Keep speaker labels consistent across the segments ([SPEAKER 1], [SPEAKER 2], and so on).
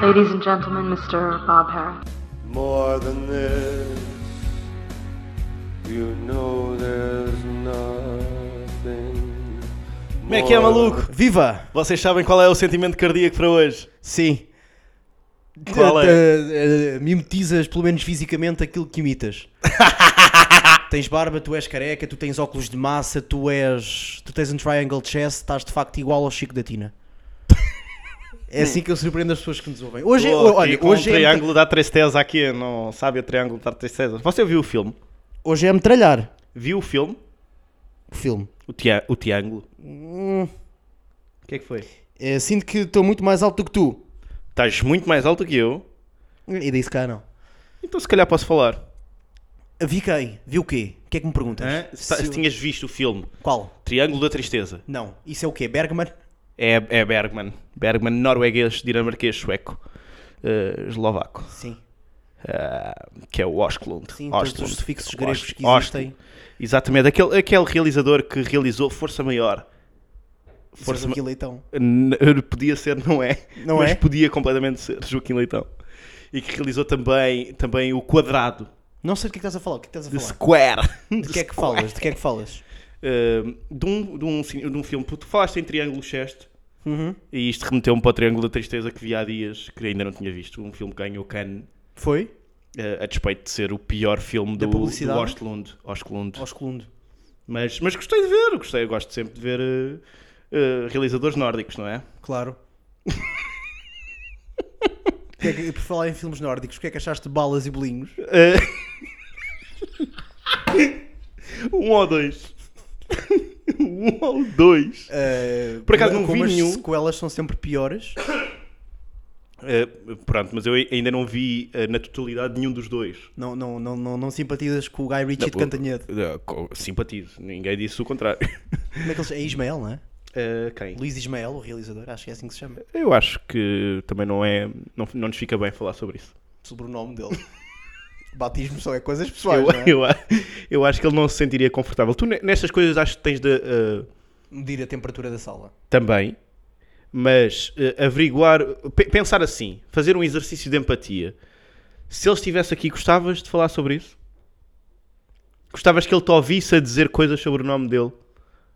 [SPEAKER 1] Ladies and gentlemen, Mr. Bob Harris.
[SPEAKER 2] More than this, you know there's nothing.
[SPEAKER 3] Como é que é, maluco?
[SPEAKER 4] Viva!
[SPEAKER 3] Vocês sabem qual é o sentimento cardíaco para hoje?
[SPEAKER 4] Sim.
[SPEAKER 3] Qual é?
[SPEAKER 4] Eh, eh, mimetizas, pelo menos fisicamente, aquilo que imitas. tens barba, tu és careca, tu tens óculos de massa, tu és. Tu tens um triangle chest, estás de facto igual ao Chico da Tina. É assim que eu surpreendo as pessoas que nos ouvem. Hoje, é-
[SPEAKER 3] Estou aqui
[SPEAKER 4] olha,
[SPEAKER 3] com
[SPEAKER 4] hoje,
[SPEAKER 3] um
[SPEAKER 4] é,
[SPEAKER 3] triângulo da tristeza aqui, não sabe o triângulo da tristeza. Você viu o filme?
[SPEAKER 4] hoje é metralhar
[SPEAKER 3] Viu o filme?
[SPEAKER 4] o filme.
[SPEAKER 3] O, tia, o triângulo?
[SPEAKER 4] Hum.
[SPEAKER 3] O que é que foi?
[SPEAKER 4] Eh, sinto que estou muito mais alto do que tu.
[SPEAKER 3] Estás muito mais alto que eu,
[SPEAKER 4] E daí se cá não.
[SPEAKER 3] então se calhar posso falar.
[SPEAKER 4] Vi quem? Vi o quê? O que é que me perguntas?
[SPEAKER 3] Hã? Tá, Se, ta-
[SPEAKER 4] Se-
[SPEAKER 3] se tinhas visto o filme
[SPEAKER 4] Qual?
[SPEAKER 3] Triângulo da Tristeza,
[SPEAKER 4] Não. Isso é o quê? Bergman?
[SPEAKER 3] é, é Bergman. Bergman, norueguês, dinamarquês, sueco, eh, eslovaco.
[SPEAKER 4] Sim.
[SPEAKER 3] Ah, que é o Osklund.
[SPEAKER 4] Sim, todos
[SPEAKER 3] Osklund.
[SPEAKER 4] os sufixos gregos
[SPEAKER 3] Os-
[SPEAKER 4] que existem.
[SPEAKER 3] Exatamente, aquele, aquele realizador que realizou Força Maior. Força
[SPEAKER 4] Força aqui, é leitão.
[SPEAKER 3] N- podia ser, não é?
[SPEAKER 4] Não
[SPEAKER 3] mas
[SPEAKER 4] é?
[SPEAKER 3] podia completamente ser Joaquim Leitão. E que realizou também, também o Quadrado,
[SPEAKER 4] Não sei do que é que estás a falar. O que é que estás a
[SPEAKER 3] The
[SPEAKER 4] falar?
[SPEAKER 3] Square.
[SPEAKER 4] De que é que falas? De que é que falas?
[SPEAKER 3] Uh, de, um, de, um, cin- de um filme. Tu falaste em Triângulo Cheste
[SPEAKER 4] Uhum.
[SPEAKER 3] e isto remeteu-me para o Triângulo da Tristeza que vi há dias, que ainda não tinha visto. Um filme que ganhou Cannes,
[SPEAKER 4] Foi?
[SPEAKER 3] uh, a despeito de ser o pior filme
[SPEAKER 4] Da
[SPEAKER 3] do, do
[SPEAKER 4] publicidade?
[SPEAKER 3] Ostlund. Ostlund.
[SPEAKER 4] Osculundo.
[SPEAKER 3] Mas, mas gostei de ver, gostei, eu gosto sempre de ver uh, uh, realizadores nórdicos, não é?
[SPEAKER 4] Claro. O que é que- por falar em filmes nórdicos, o que é que achaste de balas e bolinhos?
[SPEAKER 3] Eh, Um ou dois. um ou dois.
[SPEAKER 4] Ah,
[SPEAKER 3] Por acaso
[SPEAKER 4] como-
[SPEAKER 3] não
[SPEAKER 4] como
[SPEAKER 3] vi
[SPEAKER 4] as
[SPEAKER 3] nenhum.
[SPEAKER 4] sequelas são sempre piores.
[SPEAKER 3] Uh, pronto, mas eu ainda não vi uh, na totalidade nenhum dos dois.
[SPEAKER 4] Não, não, não, não, não simpatizas com o Guy Ritchie de
[SPEAKER 3] Não,
[SPEAKER 4] Cantanhede.
[SPEAKER 3] uh, co- Simpatizo, ninguém disse o contrário.
[SPEAKER 4] Como é que eles... É Ismael, não é?
[SPEAKER 3] Uh, quem?
[SPEAKER 4] Luís Ismael, o realizador, acho que é assim que se chama.
[SPEAKER 3] Eu acho que também não é. Não, não nos fica bem falar sobre isso.
[SPEAKER 4] Sobre o nome dele. Batismo só é coisas pessoais,
[SPEAKER 3] Eu,
[SPEAKER 4] não é?
[SPEAKER 3] eu, a- eu acho que ele não se sentiria confortável. Tu ne- nestas coisas acho que tens de. uh,
[SPEAKER 4] Medir a temperatura da sala.
[SPEAKER 3] também, mas eh, averiguar, pe- pensar assim, fazer um exercício de empatia. Se ele estivesse aqui, gostavas de falar sobre isso? Gostavas que ele te ouvisse a dizer coisas sobre o nome dele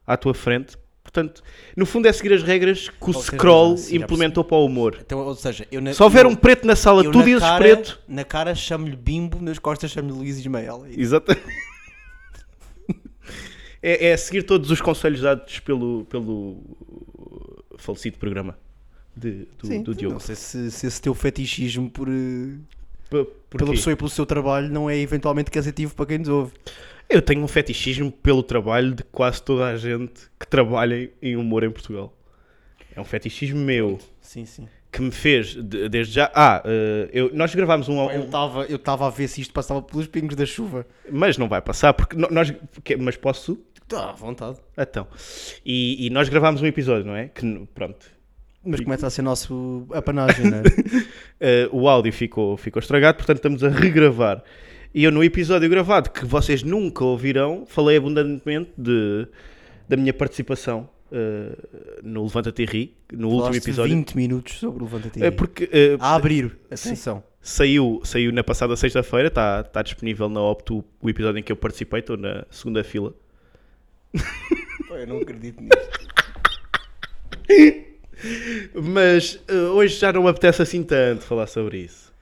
[SPEAKER 3] à tua frente? Portanto, no fundo é seguir as regras que o
[SPEAKER 4] Ou seja,
[SPEAKER 3] Scroll
[SPEAKER 4] sim, já
[SPEAKER 3] implementou para o humor.
[SPEAKER 4] Então, ou seja, eu na-
[SPEAKER 3] Se houver
[SPEAKER 4] eu-
[SPEAKER 3] um preto na sala,
[SPEAKER 4] eu
[SPEAKER 3] tu
[SPEAKER 4] na
[SPEAKER 3] dizes
[SPEAKER 4] cara-
[SPEAKER 3] preto.
[SPEAKER 4] Na cara chamo-lhe Bimbo, nas costas chamo-lhe Luís Ismael. E-
[SPEAKER 3] Exatamente. É, é seguir todos os conselhos dados pelo, pelo falecido programa de- do,
[SPEAKER 4] Sim,
[SPEAKER 3] do Diogo.
[SPEAKER 4] Não sei se, se esse teu fetichismo por, eh,
[SPEAKER 3] P-
[SPEAKER 4] pela
[SPEAKER 3] porquê?
[SPEAKER 4] pessoa e pelo seu trabalho não é eventualmente casativo para quem nos ouve.
[SPEAKER 3] Eu tenho um fetichismo pelo trabalho de quase toda a gente que trabalha em humor em Portugal. É um fetichismo meu
[SPEAKER 4] Sim, sim.
[SPEAKER 3] que me fez de- desde já. Ah, eh, eu- nós gravámos um,
[SPEAKER 4] Eu
[SPEAKER 3] um.
[SPEAKER 4] estava eu tava a ver se isto passava pelos pingos da chuva.
[SPEAKER 3] Mas não vai passar, porque no- nós. porque- mas posso?
[SPEAKER 4] Tá, à vontade.
[SPEAKER 3] Então. E, e nós gravámos um episódio, não é? Que n- pronto.
[SPEAKER 4] Mas começa a ser nosso apanagem, não é?
[SPEAKER 3] Eh, o áudio ficou, ficou estragado, portanto estamos a regravar. E eu, no episódio gravado, que vocês nunca ouvirão, falei abundantemente de, da minha participação eh, no Levanta-te e Ri, no último
[SPEAKER 4] Falaste Ah.
[SPEAKER 3] episódio.
[SPEAKER 4] 20 minutos sobre o Levanta-te.
[SPEAKER 3] É porque eh,
[SPEAKER 4] A abrir a sessão.
[SPEAKER 3] saiu, saiu na passada sexta-feira, está tá disponível na Opto o episódio em que eu participei, estou na segunda fila.
[SPEAKER 4] Eu não acredito nisto.
[SPEAKER 3] Mas eh, hoje já não me apetece assim tanto falar sobre isso.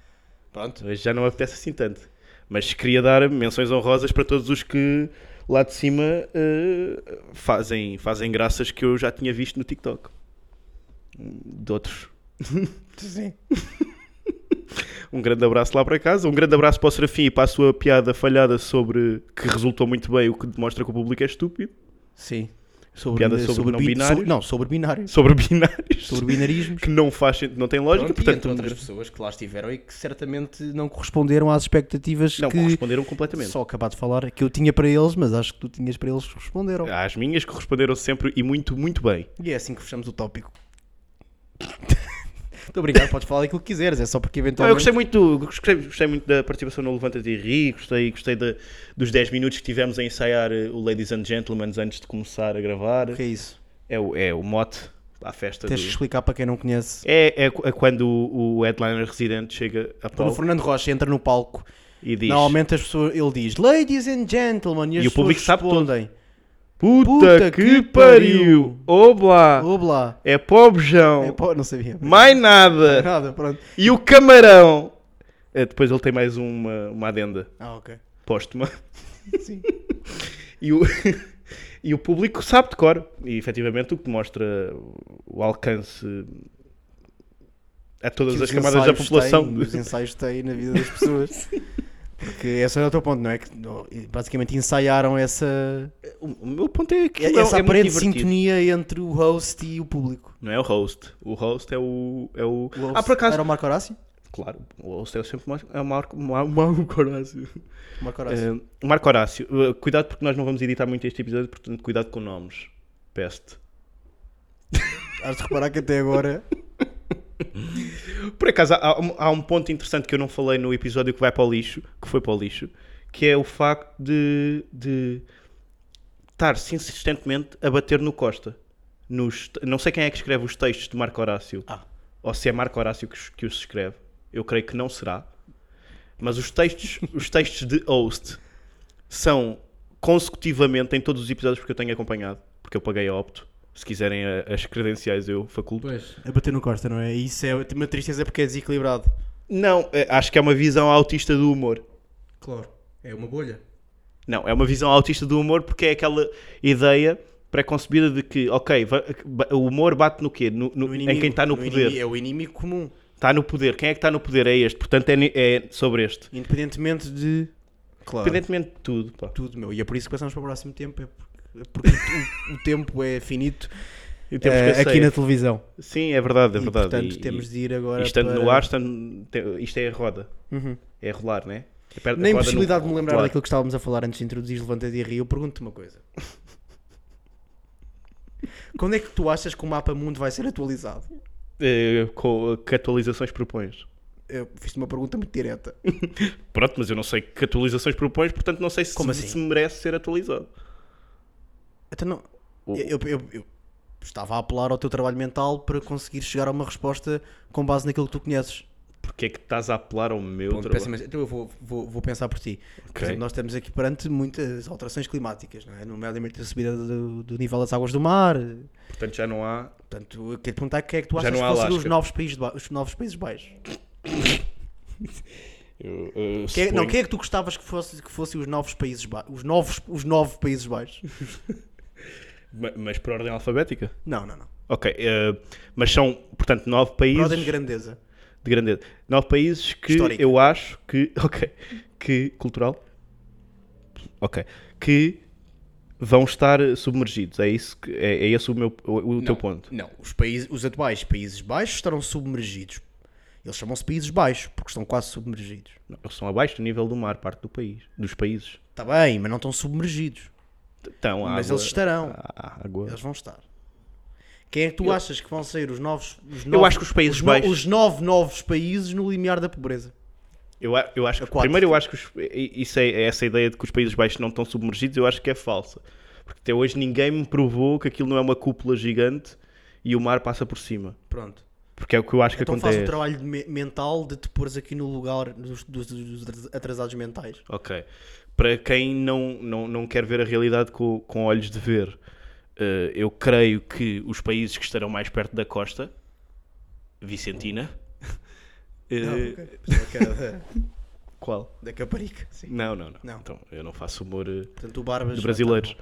[SPEAKER 4] Pronto.
[SPEAKER 3] Hoje já não me apetece assim tanto. Mas queria dar menções honrosas para todos os que lá de cima eh, fazem, fazem graças que eu já tinha visto no TikTok. De outros.
[SPEAKER 4] Sim.
[SPEAKER 3] Um grande abraço lá para casa, um grande abraço para o Serafim e para a sua piada falhada sobre que resultou muito bem, o que demonstra que o público é estúpido.
[SPEAKER 4] Sim. Sobre,
[SPEAKER 3] Piada sobre não
[SPEAKER 4] bi-
[SPEAKER 3] binários?
[SPEAKER 4] sobre- não, sobre binários.
[SPEAKER 3] sobre binários
[SPEAKER 4] Sobre binarismos.
[SPEAKER 3] que não faz sentido, não tem lógica,
[SPEAKER 4] Pronto, e
[SPEAKER 3] portanto
[SPEAKER 4] entre outras pessoas que lá estiveram e que certamente não corresponderam às expectativas
[SPEAKER 3] não
[SPEAKER 4] que
[SPEAKER 3] corresponderam completamente.
[SPEAKER 4] só acabar de falar que eu tinha para eles, mas acho que tu tinhas para eles que responderam.
[SPEAKER 3] As minhas corresponderam sempre e muito, muito bem.
[SPEAKER 4] E é assim que fechamos o tópico. Estou a brincar, podes falar aquilo que quiseres, é só porque
[SPEAKER 3] Não, eu
[SPEAKER 4] eventualmente.
[SPEAKER 3] gostei muito, gostei, gostei muito da participação no Levanta de Ri, gostei, gostei da- dos 10 minutos que tivemos a ensaiar eh, o Ladies and Gentlemen antes de começar a gravar.
[SPEAKER 4] O que é isso?
[SPEAKER 3] É, o, é o mote à festa
[SPEAKER 4] Tens que
[SPEAKER 3] do...
[SPEAKER 4] explicar para quem não conhece.
[SPEAKER 3] É, é, cu- é quando o, o headliner residente chega a
[SPEAKER 4] Quando o
[SPEAKER 3] palco
[SPEAKER 4] Fernando Rocha entra no palco,
[SPEAKER 3] e diz
[SPEAKER 4] normalmente as pessoas, ele diz Ladies and Gentlemen, e as
[SPEAKER 3] E o público
[SPEAKER 4] pessoas
[SPEAKER 3] sabe tudo.
[SPEAKER 4] respondem
[SPEAKER 3] Puta,
[SPEAKER 4] Puta
[SPEAKER 3] que
[SPEAKER 4] que
[SPEAKER 3] pariu!
[SPEAKER 4] pariu.
[SPEAKER 3] Oblá!
[SPEAKER 4] Oblá.
[SPEAKER 3] É pobrejão!
[SPEAKER 4] É, pô, não sabia.
[SPEAKER 3] Mais nada!
[SPEAKER 4] Nada, pronto.
[SPEAKER 3] E o camarão! É, depois ele tem mais uma, uma adenda
[SPEAKER 4] Ah, ok.
[SPEAKER 3] póstuma.
[SPEAKER 4] Sim.
[SPEAKER 3] E o, e o público sabe de cor. E efetivamente o que mostra o alcance a todas
[SPEAKER 4] que
[SPEAKER 3] as
[SPEAKER 4] os
[SPEAKER 3] camadas da
[SPEAKER 4] ensaios
[SPEAKER 3] população.
[SPEAKER 4] têm, os ensaios têm na vida das pessoas. Porque esse era o teu ponto, não é? Que no- basicamente ensaiaram essa,
[SPEAKER 3] O o meu ponto é que
[SPEAKER 4] essa
[SPEAKER 3] é, é muito
[SPEAKER 4] aparente
[SPEAKER 3] divertido.
[SPEAKER 4] sintonia entre o host e o público.
[SPEAKER 3] Não é o host. O host é o. É o...
[SPEAKER 4] O host
[SPEAKER 3] ah, por acaso.
[SPEAKER 4] Era o Marco Horácio?
[SPEAKER 3] Claro, o host é sempre mais. É o Marco, Mar- Marco Horácio.
[SPEAKER 4] Marco Horácio.
[SPEAKER 3] Eh, Marco Horácio. Eh, Cuidado porque nós não vamos editar muito este episódio, portanto, cuidado com nomes. Peste.
[SPEAKER 4] Has de reparar que até agora.
[SPEAKER 3] Por acaso, há, há um- há um ponto interessante que eu não falei no episódio que vai para o lixo, que foi para o lixo, que é o facto de, de estar-se insistentemente a bater no Costa. Nos te- não sei quem é que escreve os textos de Marco Horácio,
[SPEAKER 4] Ah.
[SPEAKER 3] ou se é Marco Horácio que, os- que os escreve. Eu creio que não será. Mas os textos, os textos de Host são consecutivamente em todos os episódios que eu tenho acompanhado, porque eu paguei a opto. Se quiserem a- as credenciais, eu faculto.
[SPEAKER 5] Pois.
[SPEAKER 4] A bater no Costa, não é? Isso é uma tristeza porque é desequilibrado.
[SPEAKER 3] Não, eh, acho que é uma visão autista do humor.
[SPEAKER 5] Claro. É uma bolha.
[SPEAKER 3] Não, é uma visão autista do humor porque é aquela ideia pré-concebida de que, ok, va- ba- o humor bate no quê? No- no- em quem está no, poder.
[SPEAKER 4] É o inimigo comum.
[SPEAKER 3] Está no poder. Quem é que está no poder? É este. Portanto, é, ni- é sobre este.
[SPEAKER 4] Independentemente de. Claro.
[SPEAKER 3] Independentemente de tudo. pá.
[SPEAKER 4] Tudo, meu. E é por isso que passamos para o próximo tempo. É porque, é porque o, o tempo é finito
[SPEAKER 3] E temos
[SPEAKER 4] eh,
[SPEAKER 3] que
[SPEAKER 4] aqui na
[SPEAKER 3] sair.
[SPEAKER 4] televisão.
[SPEAKER 3] Sim, é verdade, é
[SPEAKER 4] E,
[SPEAKER 3] verdade.
[SPEAKER 4] portanto,
[SPEAKER 3] E-
[SPEAKER 4] temos
[SPEAKER 3] e-
[SPEAKER 4] de ir agora.
[SPEAKER 3] e estando
[SPEAKER 4] para-
[SPEAKER 3] no ar, estando, te- isto é a roda.
[SPEAKER 4] Uhum.
[SPEAKER 3] É a rolar, né? É perto da
[SPEAKER 4] Na
[SPEAKER 3] roda
[SPEAKER 4] impossibilidade de
[SPEAKER 3] no-
[SPEAKER 4] me lembrar
[SPEAKER 3] rolar.
[SPEAKER 4] daquilo que estávamos a falar antes de introduzir Levanta de Rio, eu pergunto-te uma coisa. Quando é que tu achas que o mapa mundo vai ser atualizado?
[SPEAKER 3] Eh, com, que atualizações propões?
[SPEAKER 4] Eu fiz-te uma pergunta muito direta.
[SPEAKER 3] Pronto, mas eu não sei que atualizações propões, portanto não sei se,
[SPEAKER 4] Como
[SPEAKER 3] se
[SPEAKER 4] assim?
[SPEAKER 3] merece ser atualizado.
[SPEAKER 4] Então não. Eu, eu- eu- eu estava a apelar ao teu trabalho mental para conseguir chegar a uma resposta com base naquilo que tu conheces.
[SPEAKER 3] Porque é que estás a apelar ao meu
[SPEAKER 4] Pronto,
[SPEAKER 3] trabalho?
[SPEAKER 4] peço imensa- então eu vou, vou- vou pensar por ti. Por
[SPEAKER 3] Ok.
[SPEAKER 4] exemplo, nós estamos aqui perante muitas alterações climáticas, não é? nomeadamente a subida do, do nível das águas do mar.
[SPEAKER 3] Portanto, já não há.
[SPEAKER 4] Portanto, eu quero te perguntar o que é que tu
[SPEAKER 3] Já
[SPEAKER 4] achas que
[SPEAKER 3] não há
[SPEAKER 4] vão ser os
[SPEAKER 3] Alasca.
[SPEAKER 4] novos países, ba- os novos países baixos.
[SPEAKER 3] Eu,
[SPEAKER 4] Que é- não, quem é que tu gostavas que fosse, que fosse os novos países baixos? Os novos, os nove países baixos?
[SPEAKER 3] Mas por ordem alfabética?
[SPEAKER 4] Não, não, não.
[SPEAKER 3] Ok. eh, mas são, portanto, nove
[SPEAKER 4] Por
[SPEAKER 3] países
[SPEAKER 4] ordem de grandeza.
[SPEAKER 3] de grandeza. Nove países que
[SPEAKER 4] Histórica.
[SPEAKER 3] eu acho que. Ok. Que. Cultural? Ok. Que vão estar submergidos. É, isso que, é, é esse o, meu, o, o teu ponto.
[SPEAKER 4] Não, os, países, os atuais países baixos estarão submergidos. Eles chamam-se países baixos porque estão quase submergidos.
[SPEAKER 3] Não, eles são abaixo do nível do mar, parte do país. Dos países.
[SPEAKER 4] Está bem, mas não estão submergidos.
[SPEAKER 3] Então, há
[SPEAKER 4] Mas
[SPEAKER 3] água-
[SPEAKER 4] eles estarão.
[SPEAKER 3] há água.
[SPEAKER 4] Eles vão estar. Quem é que tu achas que vão ser os novos, os
[SPEAKER 3] Eu
[SPEAKER 4] novos-
[SPEAKER 3] acho que os países
[SPEAKER 4] os no-
[SPEAKER 3] baixos-
[SPEAKER 4] os nove novos países no limiar da pobreza?
[SPEAKER 3] Eu, a- eu acho que,
[SPEAKER 4] Aquático.
[SPEAKER 3] primeiro eu acho que os- i- isso é, é essa ideia de que os Países Baixos não estão submergidos, eu acho que é falsa. Porque até hoje ninguém me provou que aquilo não é uma cúpula gigante e o mar passa por cima.
[SPEAKER 4] Pronto.
[SPEAKER 3] Porque é o que eu acho que
[SPEAKER 4] Então faz
[SPEAKER 3] acontece.
[SPEAKER 4] o trabalho de me- mental de te pôres aqui no lugar dos, dos- dos atrasados mentais.
[SPEAKER 3] Ok. Para quem não, não, não quer ver a realidade com, com olhos de ver, eh, eu creio que os países que estarão mais perto da costa, Vicentina. eh, Qual?
[SPEAKER 4] é da Caparica. Sim.
[SPEAKER 3] Não, não, não,
[SPEAKER 4] Não.
[SPEAKER 3] Então, eu não faço humor. eh,
[SPEAKER 4] Portanto, o Barbas.
[SPEAKER 3] de brasileiros.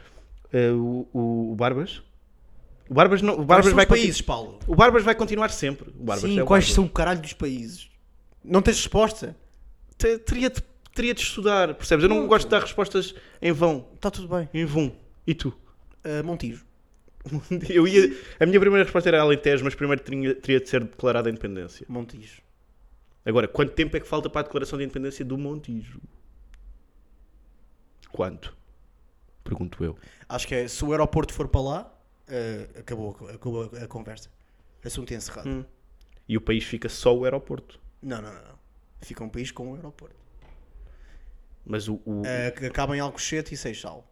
[SPEAKER 3] Eh, o, o- o Barbas? O Barbas, não, o Barbas vai
[SPEAKER 4] vai
[SPEAKER 3] conti-
[SPEAKER 4] países, Paulo.
[SPEAKER 3] O Barbas vai continuar sempre. O Barbas
[SPEAKER 4] Sim,
[SPEAKER 3] é o
[SPEAKER 4] quais
[SPEAKER 3] Barbas.
[SPEAKER 4] são o caralho dos países? Não tens resposta?
[SPEAKER 3] Te- Teria de, teria de estudar, percebes? Eu não gosto de dar respostas em vão,
[SPEAKER 4] Está tudo bem.
[SPEAKER 3] em vão. E tu?
[SPEAKER 4] Ah, Montijo.
[SPEAKER 3] Eu ia, a minha primeira resposta era Alentejo, mas primeiro teria, teria de ser declarada a independência.
[SPEAKER 4] Montijo.
[SPEAKER 3] Agora, quanto tempo é que falta para a declaração de independência do Montijo? Quanto? Pergunto eu.
[SPEAKER 4] Acho que é, se o aeroporto for para lá, ah, acabou, a- acabou a, a conversa. Assunto encerrado.
[SPEAKER 3] Hum. E o país fica só o aeroporto.
[SPEAKER 4] Não, não, não, não. Fica um país com um aeroporto.
[SPEAKER 3] Mas o. o-
[SPEAKER 4] Ah, que acaba em Alcochete e Seixal.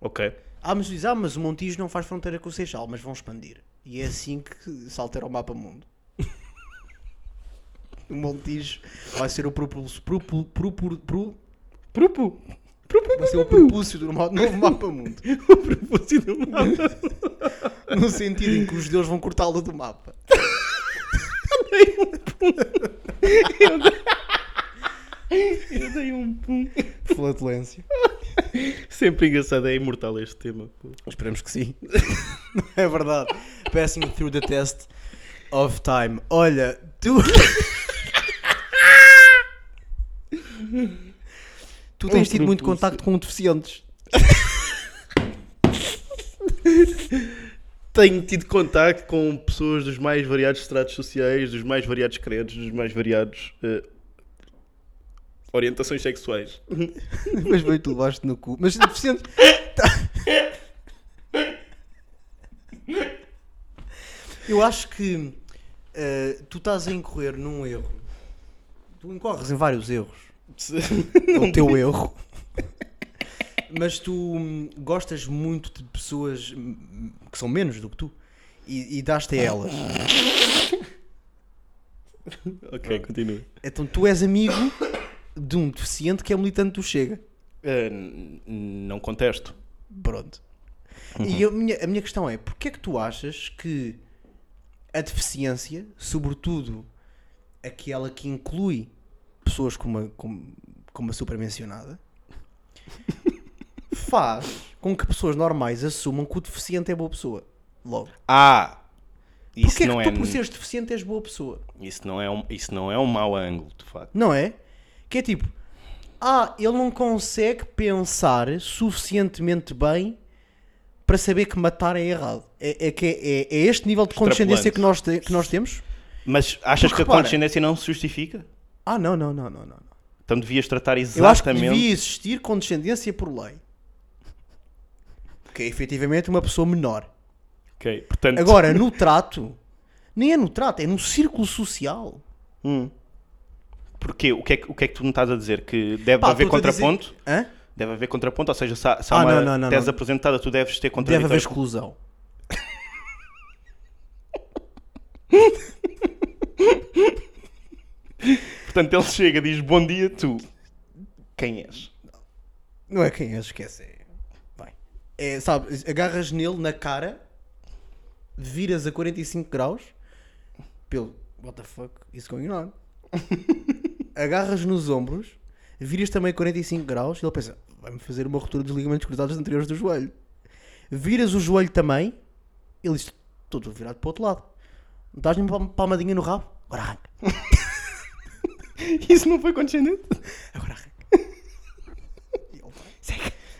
[SPEAKER 3] Ok.
[SPEAKER 4] Ah, mas diz, ah, mas o Montijo não faz fronteira com o Seixal, mas vão expandir. E é assim que se altera o mapa mundo. o Montijo vai ser o propulso. Propul, propul, pro,
[SPEAKER 3] Prupu!
[SPEAKER 4] vai ser o propúcio do mo- novo mapa mundo.
[SPEAKER 3] O propósito do mapa.
[SPEAKER 4] No sentido em que os judeus vão cortá-lo do mapa.
[SPEAKER 3] Eu dei um pum.
[SPEAKER 4] Flatulência.
[SPEAKER 3] Sempre engraçado, é imortal este tema. pô.
[SPEAKER 4] Esperemos que sim. é verdade. Passing through the test of time. Olha, tu. tu tens tido muito contacto com deficientes.
[SPEAKER 3] Tenho tido contacto com pessoas dos mais variados estratos sociais, dos mais variados credos, dos mais variados eh, orientações sexuais.
[SPEAKER 4] Mas veio tu levaste no cu. Mas deficientes. Eu acho que eh, tu estás a incorrer num erro. Tu incorres em vários erros. É o teu erro. Mas tu hum, gostas muito de pessoas hum, que são menos do que tu e, e dás-te a elas.
[SPEAKER 3] ok, continua.
[SPEAKER 4] Então tu és amigo de um deficiente que é militante do Chega.
[SPEAKER 3] Eh, n- n- não contesto.
[SPEAKER 4] Pronto.
[SPEAKER 3] Uhum.
[SPEAKER 4] E a minha, a minha questão é: porquê é que tu achas que a deficiência, sobretudo aquela que inclui pessoas como a, como, como a super mencionada, faz com que pessoas normais assumam que o deficiente é boa pessoa? Logo.
[SPEAKER 3] Ah! Isso
[SPEAKER 4] Porquê é
[SPEAKER 3] não
[SPEAKER 4] que
[SPEAKER 3] é,
[SPEAKER 4] tu, por seres deficiente, és boa pessoa?
[SPEAKER 3] isso, não é um, isso não é um mau ângulo, de facto.
[SPEAKER 4] Não é? Que é tipo, ah, ele não consegue pensar suficientemente bem para saber que matar é errado. É, é que é, é este nível de condescendência que nós, te- que nós temos?
[SPEAKER 3] Mas achas
[SPEAKER 4] Porque
[SPEAKER 3] que a
[SPEAKER 4] repara-
[SPEAKER 3] condescendência não se justifica?
[SPEAKER 4] Ah, não, não, não, não, não. não.
[SPEAKER 3] Então devias tratar
[SPEAKER 4] Eu acho que
[SPEAKER 3] exatamente.
[SPEAKER 4] devia existir condescendência por lei. Que é efetivamente uma pessoa menor.
[SPEAKER 3] Ok, portanto.
[SPEAKER 4] Agora, no trato, nem é no trato, é no círculo social.
[SPEAKER 3] Hum. Porquê? O que, é que, o que é que tu me estás a dizer? Que deve
[SPEAKER 4] Pá,
[SPEAKER 3] haver
[SPEAKER 4] estou-te a dizer-
[SPEAKER 3] contraponto?
[SPEAKER 4] Hã?
[SPEAKER 3] Deve haver contraponto, ou seja, se há, se há
[SPEAKER 4] Ah,
[SPEAKER 3] uma
[SPEAKER 4] não, não, não,
[SPEAKER 3] tese
[SPEAKER 4] não.
[SPEAKER 3] apresentada, tu deves ter
[SPEAKER 4] Deve
[SPEAKER 3] contraditório.
[SPEAKER 4] haver exclusão.
[SPEAKER 3] Portanto, ele chega, diz bom dia, tu. Quem és?
[SPEAKER 4] Não é quem és, esquece. é- Vai. É, sabe, agarras nele na cara, viras a 45 graus, pelo what the fuck is going on? agarras nos ombros, viras também a 45 graus e ele pensa, vai-me fazer uma ruptura dos ligamentos cruzados anteriores do joelho. Viras o joelho também, ele diz, estou todo virado para o outro lado. Dás-lhe uma palm- palmadinha no rabo, agora arranca.
[SPEAKER 3] Isso não foi condescendente?
[SPEAKER 4] Agora arranca. E Ele vai.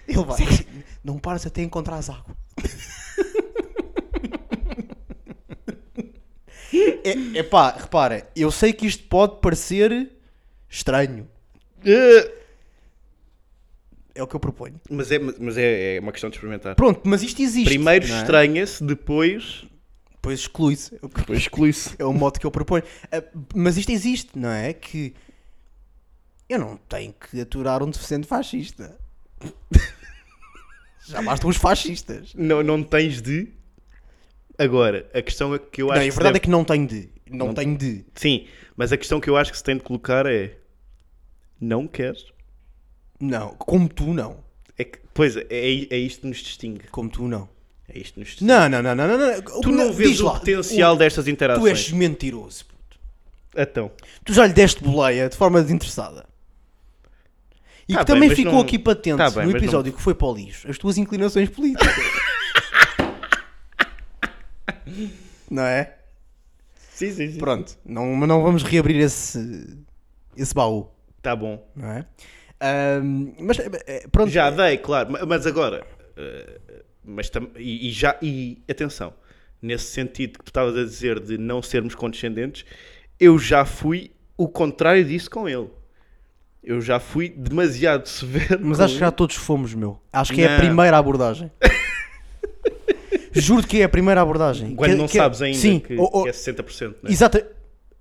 [SPEAKER 4] Ele vai. assim, Não paras até encontrar as águas. é, é pá, repara, eu sei que isto pode parecer estranho. É o que eu proponho.
[SPEAKER 3] Eh, mas é, mas é, é uma questão de experimentar.
[SPEAKER 4] Pronto, mas isto existe.
[SPEAKER 3] Primeiro
[SPEAKER 4] não é?
[SPEAKER 3] estranha-se, depois.
[SPEAKER 4] Depois exclui-se. É o que-
[SPEAKER 3] Depois exclui-se.
[SPEAKER 4] É o modo que eu proponho. Ah, Mas isto existe, não é? Que eu não tenho que aturar um deficiente fascista. Já bastam os fascistas.
[SPEAKER 3] Não, não tens de. Agora, a questão é que eu acho
[SPEAKER 4] Não, e a
[SPEAKER 3] que
[SPEAKER 4] verdade
[SPEAKER 3] deve-
[SPEAKER 4] é que não tenho de. Não, tenho de.
[SPEAKER 3] Sim, mas a questão que eu acho que se tem de colocar é. Não queres?
[SPEAKER 4] Não, como tu não.
[SPEAKER 3] É que, pois é, é é isto que nos distingue.
[SPEAKER 4] Como tu não.
[SPEAKER 3] É isto que nos distingue.
[SPEAKER 4] Não, não, não, não, não. não.
[SPEAKER 3] Tu não
[SPEAKER 4] Diz
[SPEAKER 3] vês o
[SPEAKER 4] lá,
[SPEAKER 3] potencial destas
[SPEAKER 4] o-
[SPEAKER 3] interações.
[SPEAKER 4] Tu és mentiroso, puto.
[SPEAKER 3] Então,
[SPEAKER 4] Tu já lhe deste boleia de forma desinteressada. E
[SPEAKER 3] Tá bem,
[SPEAKER 4] que também
[SPEAKER 3] mas
[SPEAKER 4] ficou
[SPEAKER 3] não-
[SPEAKER 4] aqui patente
[SPEAKER 3] Tá bem,
[SPEAKER 4] no
[SPEAKER 3] mas
[SPEAKER 4] episódio que foi para o lixo as tuas inclinações políticas. não é?
[SPEAKER 3] sim, sim, sim.
[SPEAKER 4] Pronto, não, mas não vamos reabrir esse, esse baú,
[SPEAKER 3] Tá bom.
[SPEAKER 4] não é? Ahm, mas eh, pronto,
[SPEAKER 3] Já dei, claro, ma- mas agora. eh, Mas tam- e, e já. E atenção, nesse sentido que tu estavas a dizer de não sermos condescendentes, eu já fui o contrário disso com ele. Eu já fui demasiado severo.
[SPEAKER 4] Mas
[SPEAKER 3] com
[SPEAKER 4] acho que
[SPEAKER 3] ele.
[SPEAKER 4] já todos fomos, meu. Acho que é a
[SPEAKER 3] Não.
[SPEAKER 4] primeira abordagem. Juro que é a primeira abordagem.
[SPEAKER 3] Quando
[SPEAKER 4] Que-
[SPEAKER 3] não
[SPEAKER 4] que-
[SPEAKER 3] sabes ainda
[SPEAKER 4] sim,
[SPEAKER 3] que,
[SPEAKER 4] oh, oh,
[SPEAKER 3] que é 60%, né?
[SPEAKER 4] Exato.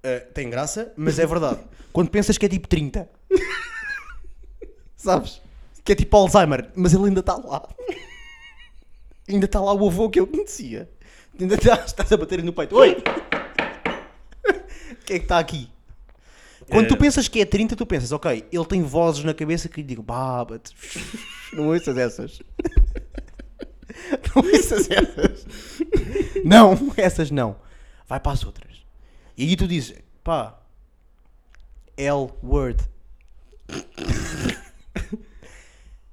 [SPEAKER 4] Eh, tem graça, mas é verdade. Quando pensas que é tipo 30. Sabes? Que é tipo tá Alzheimer, mas ele ainda está lá. Ainda está lá o avô que eu conhecia. Ainda estás estás a bater no peito. Oi! O que é que está aqui? Quando tu pensas que é 30, tu pensas, ok, ele tem vozes na cabeça que lhe digo, baba, não ouças essas. Não ouças essas. Não, essas não. Vai para as outras. E aí tu dizes, pá, L word.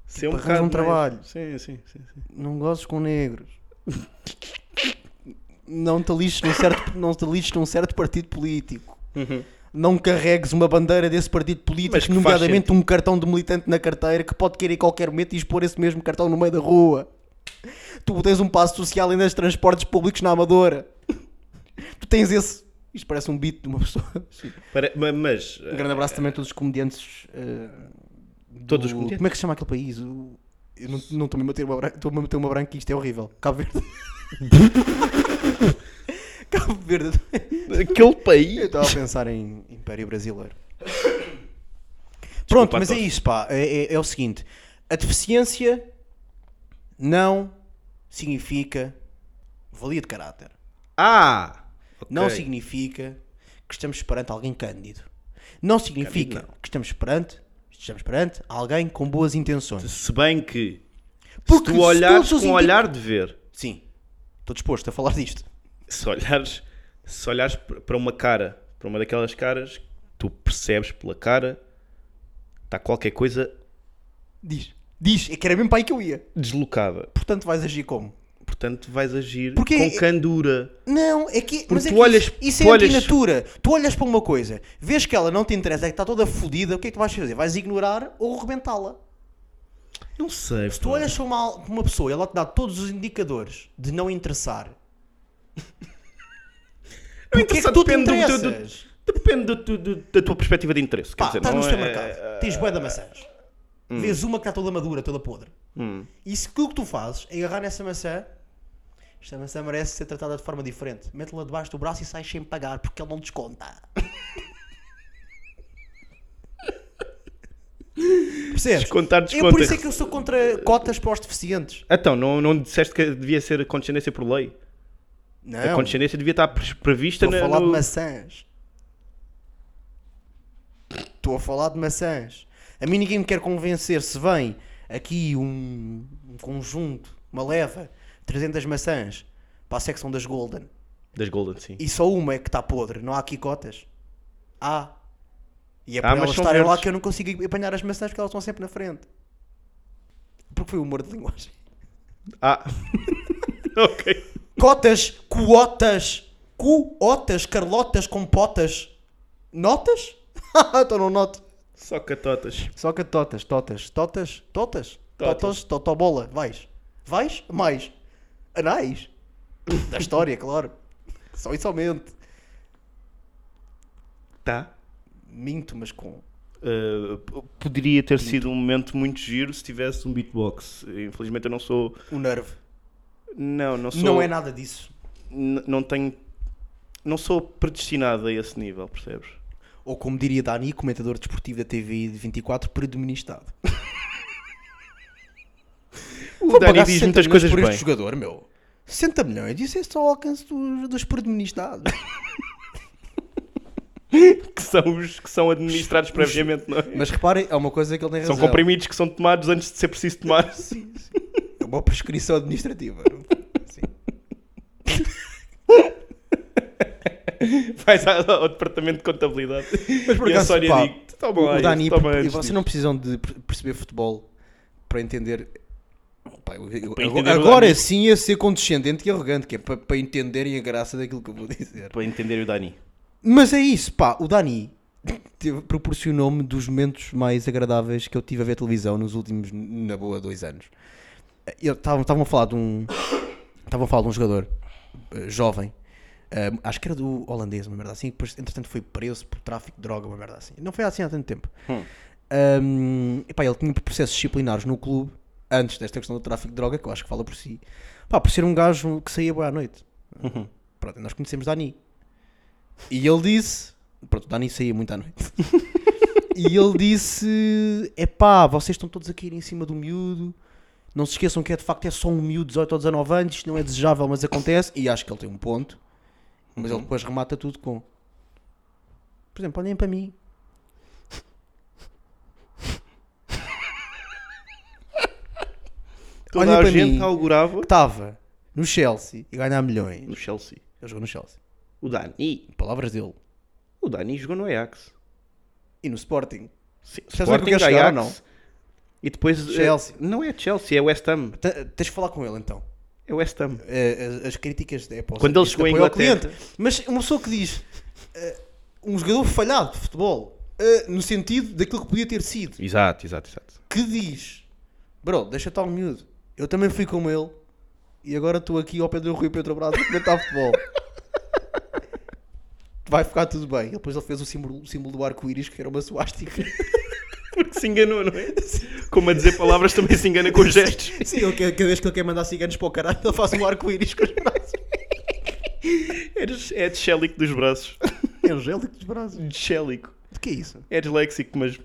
[SPEAKER 3] Ser um
[SPEAKER 4] Tipo,
[SPEAKER 3] bocado
[SPEAKER 4] arranja um
[SPEAKER 3] mais-
[SPEAKER 4] trabalho.
[SPEAKER 3] Sim, sim, sim. sim.
[SPEAKER 4] Não gozes com negros. Não te lixes num certo, não te lixes num certo partido político. Não carregues uma bandeira desse partido político,
[SPEAKER 3] Uhum. Mas que faz
[SPEAKER 4] nomeadamente um cartão de militante na carteira que pode querer em qualquer momento e expor esse mesmo cartão no meio da rua. Tu tens um passo social ainda nos transportes públicos na Amadora. Tu tens esse. Isto parece um beat de uma pessoa.
[SPEAKER 3] Para- ma- mas eh,
[SPEAKER 4] Um grande abraço também a todos os comediantes. eh,
[SPEAKER 3] Todos os
[SPEAKER 4] do-
[SPEAKER 3] comediantes?
[SPEAKER 4] Como é que se chama aquele país? O- Eu não- não estou-me a meter uma branca, estou-me a meter uma branca e isto é horrível. Cabo Verde. Cabo Verde.
[SPEAKER 3] aquele
[SPEAKER 4] Eu
[SPEAKER 3] país.
[SPEAKER 4] estava a pensar em Império Brasileiro. Pronto, mas é
[SPEAKER 3] Ator.
[SPEAKER 4] isso, pá. É, é- é o seguinte: a deficiência não significa valia de caráter.
[SPEAKER 3] Ah! ok.
[SPEAKER 4] Não significa que estamos perante alguém cândido. Não significa
[SPEAKER 3] Cândido, não.
[SPEAKER 4] que estamos perante, estamos perante alguém com boas intenções.
[SPEAKER 3] Se bem que
[SPEAKER 4] Porque
[SPEAKER 3] se tu olhares
[SPEAKER 4] todos os
[SPEAKER 3] com
[SPEAKER 4] indi-
[SPEAKER 3] olhar de ver,
[SPEAKER 4] Sim, estou disposto a falar disto.
[SPEAKER 3] se olhares, se olhares p- para uma cara, para uma daquelas caras, tu percebes pela cara, está qualquer coisa
[SPEAKER 4] Diz, diz, é que era mesmo para aí que eu ia.
[SPEAKER 3] deslocada.
[SPEAKER 4] Portanto, vais agir como?
[SPEAKER 3] Portanto, vais agir
[SPEAKER 4] Porque- é-
[SPEAKER 3] com candura.
[SPEAKER 4] Não, é que. mas é
[SPEAKER 3] tu
[SPEAKER 4] que
[SPEAKER 3] olhas-
[SPEAKER 4] isso, isso
[SPEAKER 3] tu
[SPEAKER 4] é
[SPEAKER 3] olhas-
[SPEAKER 4] antinatura. Tu olhas para uma coisa, vês que ela não te interessa, é que está toda fodida, o que é que tu vais fazer? Vais ignorar ou rebentá-la?
[SPEAKER 3] Não sei.
[SPEAKER 4] Tu olhas para uma, para uma pessoa e ela te dá todos os indicadores de não interessar. Porque é que
[SPEAKER 3] interessa,
[SPEAKER 4] tu te
[SPEAKER 3] depende do- do-
[SPEAKER 4] interessas?
[SPEAKER 3] do- Depende do tu- do- da tua perspectiva de interesse.
[SPEAKER 4] Pá,
[SPEAKER 3] quer dizer,
[SPEAKER 4] estás no
[SPEAKER 3] não é- Hum.
[SPEAKER 4] supermercado, tens bué de maçãs. Vês uma que está toda madura, toda podre. E se que o que tu fazes é agarrar nessa maçã, esta maçã merece ser tratada de forma diferente. Mete-la debaixo do braço e sai sem pagar, porque ele não desconta. Percebes?
[SPEAKER 3] Descontar,
[SPEAKER 4] É por
[SPEAKER 3] desconta.
[SPEAKER 4] isso é que eu sou contra cotas para os deficientes.
[SPEAKER 3] Então, não, não disseste que devia ser condescendência por lei?
[SPEAKER 4] Não,
[SPEAKER 3] A
[SPEAKER 4] estou
[SPEAKER 3] condescendência devia estar pres- prevista
[SPEAKER 4] a
[SPEAKER 3] na,
[SPEAKER 4] falar
[SPEAKER 3] no-
[SPEAKER 4] de maçãs. Estou a falar de maçãs. A mim ninguém me quer convencer se vem aqui um, um conjunto, uma leva, 300 maçãs para a secção das Golden
[SPEAKER 3] das Golden, sim.
[SPEAKER 4] e só uma é que está podre, não há aqui cotas. Há. E é
[SPEAKER 3] Ah,
[SPEAKER 4] por
[SPEAKER 3] mas
[SPEAKER 4] elas
[SPEAKER 3] são
[SPEAKER 4] estarem lá
[SPEAKER 3] verdes.
[SPEAKER 4] que eu não consigo apanhar as maçãs porque elas estão sempre na frente. Porque foi o humor de linguagem.
[SPEAKER 3] Ah, ok.
[SPEAKER 4] Cotas, cuotas, cuotas, carlotas, compotas, notas? então não noto.
[SPEAKER 3] Só catotas.
[SPEAKER 4] Só que totas, totas, totas, totas,
[SPEAKER 3] Totas.
[SPEAKER 4] totas, totobola, vais, vais, mais, anais, da história, claro, só e somente,
[SPEAKER 3] Tá.
[SPEAKER 4] minto, mas com,
[SPEAKER 3] Uh, p- poderia ter sido um momento muito giro se tivesse um beatbox. Infelizmente eu não sou.
[SPEAKER 4] o nervo,
[SPEAKER 3] Não, não sou.
[SPEAKER 4] não é nada disso,
[SPEAKER 3] n- Não tenho. Não sou predestinado a esse nível, percebes?
[SPEAKER 4] ou como diria Dani, comentador desportivo da TV 24, predoministado.
[SPEAKER 3] O Dani
[SPEAKER 4] pagar
[SPEAKER 3] diz muitas
[SPEAKER 4] 60 milhões
[SPEAKER 3] coisas
[SPEAKER 4] por
[SPEAKER 3] bem.
[SPEAKER 4] este jogador, meu. 60 milhões, isso é só ao alcance dos, dos predoministados.
[SPEAKER 3] Que são os que são administrados previamente, não é?
[SPEAKER 4] Mas reparem, há uma coisa que ele tem razão.
[SPEAKER 3] São comprimidos que são tomados antes de ser preciso tomar.
[SPEAKER 4] É uma prescrição administrativa. Sim.
[SPEAKER 3] Vais à- ao departamento de contabilidade. Mas
[SPEAKER 4] por acaso,
[SPEAKER 3] a Sónia
[SPEAKER 4] pá,
[SPEAKER 3] digo, toma lá
[SPEAKER 4] o
[SPEAKER 3] isto,
[SPEAKER 4] Dani,
[SPEAKER 3] toma
[SPEAKER 4] e
[SPEAKER 3] antes
[SPEAKER 4] vocês
[SPEAKER 3] disto."
[SPEAKER 4] não precisam de per- perceber futebol para entender. Pá, eu- eu-
[SPEAKER 3] Para
[SPEAKER 4] agora
[SPEAKER 3] entender o
[SPEAKER 4] agora
[SPEAKER 3] Dani.
[SPEAKER 4] sim ia ser condescendente e arrogante, que é para, para entenderem a graça daquilo que eu vou dizer.
[SPEAKER 3] Para entender o Dani.
[SPEAKER 4] Mas é isso, pá, o Dani teve- proporcionou-me dos momentos mais agradáveis que eu tive a ver televisão nos últimos, na boa, dois anos. Eu- Estavam estavam a falar de um. Estavam a falar de um jogador eh, jovem, eh, acho que era do holandês, uma merda assim, que depois, entretanto foi preso por tráfico de droga, uma merda assim. Não foi assim há tanto tempo. Um, epá, ele tinha processos disciplinares no clube, antes desta questão do tráfico de droga, que eu acho que fala por si, pá, por ser um gajo que saía boa à noite. Pronto, nós conhecemos Dani. E ele disse. Pronto, o Dani saía muito à noite. e ele disse: é pá, vocês estão todos a cair em cima do miúdo. Não se esqueçam que é de facto é só um miúdo de 18 ou 19 anos, isto não é desejável, mas acontece, e acho que ele tem um ponto, mas ele depois remata tudo com. Por exemplo, olhem para mim.
[SPEAKER 3] Toda
[SPEAKER 4] Olhem
[SPEAKER 3] a
[SPEAKER 4] para
[SPEAKER 3] gente
[SPEAKER 4] mim.
[SPEAKER 3] augurava
[SPEAKER 4] que estava no Chelsea e ganhar milhões.
[SPEAKER 3] no Chelsea.
[SPEAKER 4] Ele jogou no Chelsea.
[SPEAKER 3] O Dani.
[SPEAKER 4] Em palavras dele.
[SPEAKER 3] O Dani jogou no Ajax.
[SPEAKER 4] E no Sporting.
[SPEAKER 3] Sim,
[SPEAKER 4] Sabes onde é que eu quero chegar,
[SPEAKER 3] E depois. eh,
[SPEAKER 4] Chelsea.
[SPEAKER 3] Não é Chelsea, é West Ham.
[SPEAKER 4] T- Tens de falar com ele então.
[SPEAKER 3] É West Ham.
[SPEAKER 4] Eh, as, as críticas é para o
[SPEAKER 3] Quando ele
[SPEAKER 4] isto
[SPEAKER 3] chegou à
[SPEAKER 4] apoio ao
[SPEAKER 3] Inglaterra.
[SPEAKER 4] cliente. Mas uma pessoa que diz eh, um jogador falhado de futebol eh, no sentido daquilo que podia ter sido,
[SPEAKER 3] Exato, exato, exato.
[SPEAKER 4] que diz bro, deixa tal miúdo. Eu também fui como ele e agora estou aqui ao pé do Rui Pedro Brás a comentar futebol. Vai ficar tudo bem. Ele Depois ele fez o símbolo, o símbolo do arco-íris que era uma suástica.
[SPEAKER 3] Porque se enganou, não é? Como a dizer palavras também se engana com gestos.
[SPEAKER 4] Sim, eu, cada vez que ele quer mandar ciganos para o caralho, ele faz um arco-íris com os braços.
[SPEAKER 3] Eres, é tchelico dos braços.
[SPEAKER 4] Angélico É um dos braços.
[SPEAKER 3] Tchelico.
[SPEAKER 4] O que é isso?
[SPEAKER 3] É disléxico, mas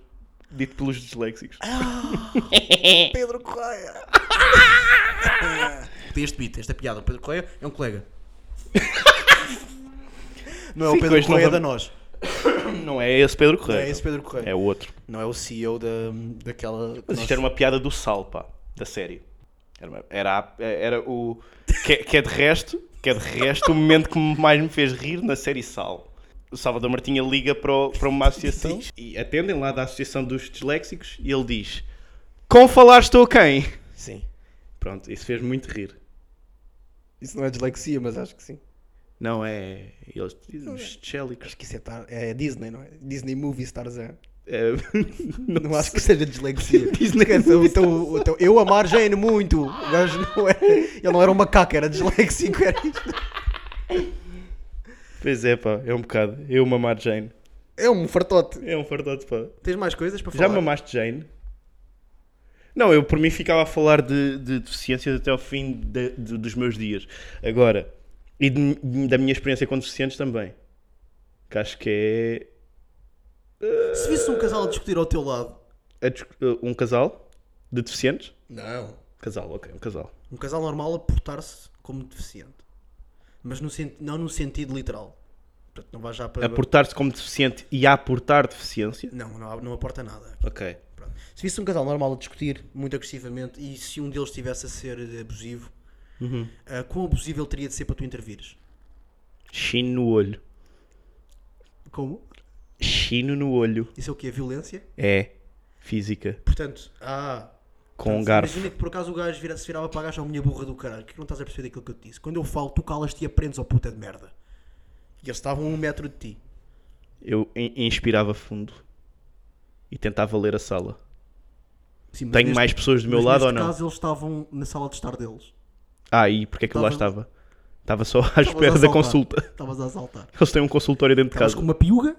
[SPEAKER 3] dito pelos disléxicos.
[SPEAKER 4] Ah. Pedro Correia.
[SPEAKER 5] Tem este beat, esta piada. O Pedro Correia é um colega.
[SPEAKER 4] Não é
[SPEAKER 3] Sim,
[SPEAKER 4] o
[SPEAKER 3] pois
[SPEAKER 4] Pedro
[SPEAKER 3] não
[SPEAKER 4] Correia da
[SPEAKER 3] vamos-
[SPEAKER 4] Nós.
[SPEAKER 3] Não é esse Pedro
[SPEAKER 4] Não
[SPEAKER 3] Correia.
[SPEAKER 4] é esse Pedro Correia.
[SPEAKER 3] É o outro.
[SPEAKER 4] Não é o CEO da, daquela.
[SPEAKER 3] Mas isto era uma piada do Sal, pá, da série. Era, uma- era, a- era o. Que, é- que é de resto, que é de resto o momento que mais me fez rir na série Sal. O Salvador Martinha liga para, o- para uma associação e atendem lá da Associação dos Disléxicos e ele diz: Com falar estou quem?
[SPEAKER 4] Sim.
[SPEAKER 3] Pronto, isso fez muito rir.
[SPEAKER 4] Isso não é dislexia, mas acho que sim.
[SPEAKER 3] Não é. Eles dizem os Tchélicos.
[SPEAKER 4] Acho que isso é, tar... é Disney, não é? Disney Movies Tarzan.
[SPEAKER 3] É, não
[SPEAKER 4] Não acho que seja dislexia.
[SPEAKER 3] Disney
[SPEAKER 4] Esquece,
[SPEAKER 3] Movies
[SPEAKER 4] então, então, eu amar já era muito. O gajo não era. Ele não era um macaco, era disléxico. Era isto.
[SPEAKER 3] Pois é, pá, é um bocado. Eu mamar Jane.
[SPEAKER 4] É um fartote.
[SPEAKER 3] É um fardote, pá.
[SPEAKER 4] Tens mais coisas para
[SPEAKER 3] Já
[SPEAKER 4] falar?
[SPEAKER 3] mamaste Jane? Não, eu por mim ficava a falar de, de deficiências até ao fim de- de- dos meus dias. Agora, e de- da minha experiência com deficientes também. Que acho que
[SPEAKER 5] Se visse um casal a discutir ao teu lado.
[SPEAKER 3] é a dis- um casal de deficientes.
[SPEAKER 5] Não.
[SPEAKER 3] Casal, ok, um casal.
[SPEAKER 5] Um casal normal a portar-se como deficiente. Mas no sen- não no sentido literal. Portanto, não vais já para.
[SPEAKER 3] A portar-se como deficiente e a aportar deficiência.
[SPEAKER 5] Não, não, há- não aporta nada.
[SPEAKER 3] Ok.
[SPEAKER 5] Pronto. Se visse um casal normal a discutir muito agressivamente e se um deles estivesse a ser eh, abusivo,
[SPEAKER 3] Uhum.
[SPEAKER 5] ah, quão abusivo ele teria de ser para tu intervires?
[SPEAKER 3] Chino no olho.
[SPEAKER 5] Como?
[SPEAKER 3] Chino no olho.
[SPEAKER 5] Isso é o quê? Violência?
[SPEAKER 3] É. Física.
[SPEAKER 5] Portanto, ah.
[SPEAKER 4] Então,
[SPEAKER 3] Com um
[SPEAKER 5] portanto,
[SPEAKER 3] garfo.
[SPEAKER 5] Imagina que por acaso o gajo vira, se virava para a gaja, "Oh, minha burra do caralho, que não estás a perceber daquilo que eu te disse? Quando eu falo, tu calas-te e aprendes, ó puta de merda. E eles estavam a um metro de ti.
[SPEAKER 3] Eu in- inspirava fundo. E tentava ler a sala.
[SPEAKER 5] Sim, mas
[SPEAKER 3] Tenho
[SPEAKER 5] neste-
[SPEAKER 3] mais pessoas do meu
[SPEAKER 5] mas
[SPEAKER 3] lado
[SPEAKER 5] neste
[SPEAKER 3] ou não?
[SPEAKER 5] caso eles estavam na sala de estar deles.
[SPEAKER 3] Ah, e porque é que eu lá
[SPEAKER 5] Estavas-
[SPEAKER 3] estava? Estava só à espera da consulta.
[SPEAKER 5] Estavas a assaltar.
[SPEAKER 3] Eles têm um consultório dentro de
[SPEAKER 5] Estavas
[SPEAKER 3] casa.
[SPEAKER 5] com uma piuga,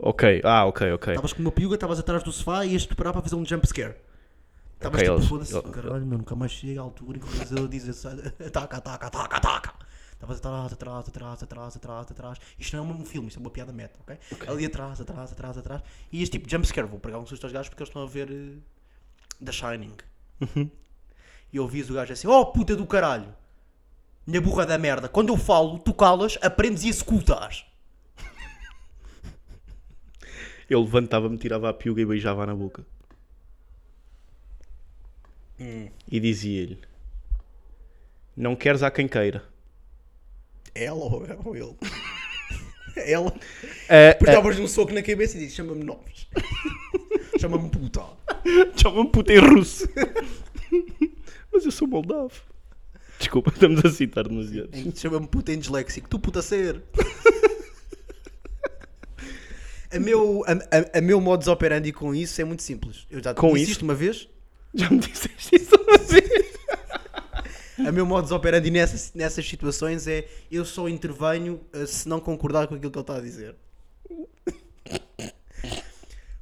[SPEAKER 3] Ok, ah, ok,
[SPEAKER 4] É.
[SPEAKER 3] ok.
[SPEAKER 5] estavas com uma piuga, estavas atrás do sofá e ias te preparar para fazer um jump scare. Estavas
[SPEAKER 3] Ok,
[SPEAKER 5] tipo,
[SPEAKER 3] eles-
[SPEAKER 5] foda-se,
[SPEAKER 3] eles-
[SPEAKER 5] caralho, meu, nunca mais chega à altura em que o realizador diz assim, ataca, ataca, ataca, ataca. Estavas atrás, atrás, atrás, atrás, atrás, atrás. Isto não é um filme, isto é uma piada meta, ok? Ali atrás, atrás, atrás, atrás. E este tipo jump scare, vou pegar um susto aos gajos porque eles estão a ver eh, The Shining.
[SPEAKER 4] Uhum.
[SPEAKER 5] E ouvias o gajo assim, oh puta do caralho, minha burra da merda, quando eu falo, tu calas, aprendes e executas.
[SPEAKER 3] Eu levantava-me, tirava a piuga e beijava na boca.
[SPEAKER 5] Hum.
[SPEAKER 3] E dizia-lhe: Não queres a quem queira.
[SPEAKER 4] Ela ou ou ele? Ela.
[SPEAKER 5] É,
[SPEAKER 3] Ah,
[SPEAKER 4] Portavas-lhe um soco na cabeça e dizes: chama-me nomes. chama-me puta.
[SPEAKER 3] ah, Chama-me puta em russo. Mas eu sou moldavo. Desculpa, estamos a citar demasiado.
[SPEAKER 4] Em- Chama-me puta em disléxico. Tu puta ser. a meu, a, a, a meu modus operandi com isso é muito simples. Eu já te
[SPEAKER 3] Com
[SPEAKER 4] disse
[SPEAKER 3] isso?
[SPEAKER 4] isto uma vez.
[SPEAKER 3] Já me disseste isso uma vez?
[SPEAKER 4] A meu modus operandi nessas, nessas situações é eu só intervenho uh, se não concordar com aquilo que ele está a dizer.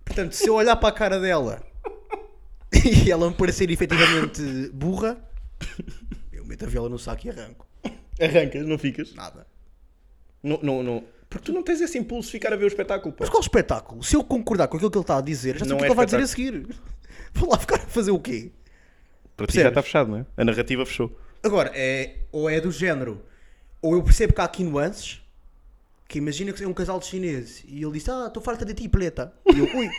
[SPEAKER 4] Portanto, se eu olhar para a cara dela e ela me parecer efetivamente burra, eu meto a viola no saco e arranco.
[SPEAKER 3] Arrancas, não ficas?
[SPEAKER 4] Nada.
[SPEAKER 3] Não, não, não. Porque tu não tens esse impulso de ficar a ver o espetáculo, pá.
[SPEAKER 4] Mas qual espetáculo? Se eu concordar com aquilo que ele está a dizer, já sei
[SPEAKER 3] Não
[SPEAKER 4] o que
[SPEAKER 3] é
[SPEAKER 4] ele vai dizer a seguir. Vou lá ficar a fazer o quê?
[SPEAKER 3] Para ti
[SPEAKER 4] Percebes?
[SPEAKER 3] já está fechado, não é? A narrativa fechou.
[SPEAKER 4] Agora, é, ou é do género, ou eu percebo que há aqui nuances, que imagina que é um casal de chineses e ele diz, ah, estou farta de ti, preta. E eu, ui.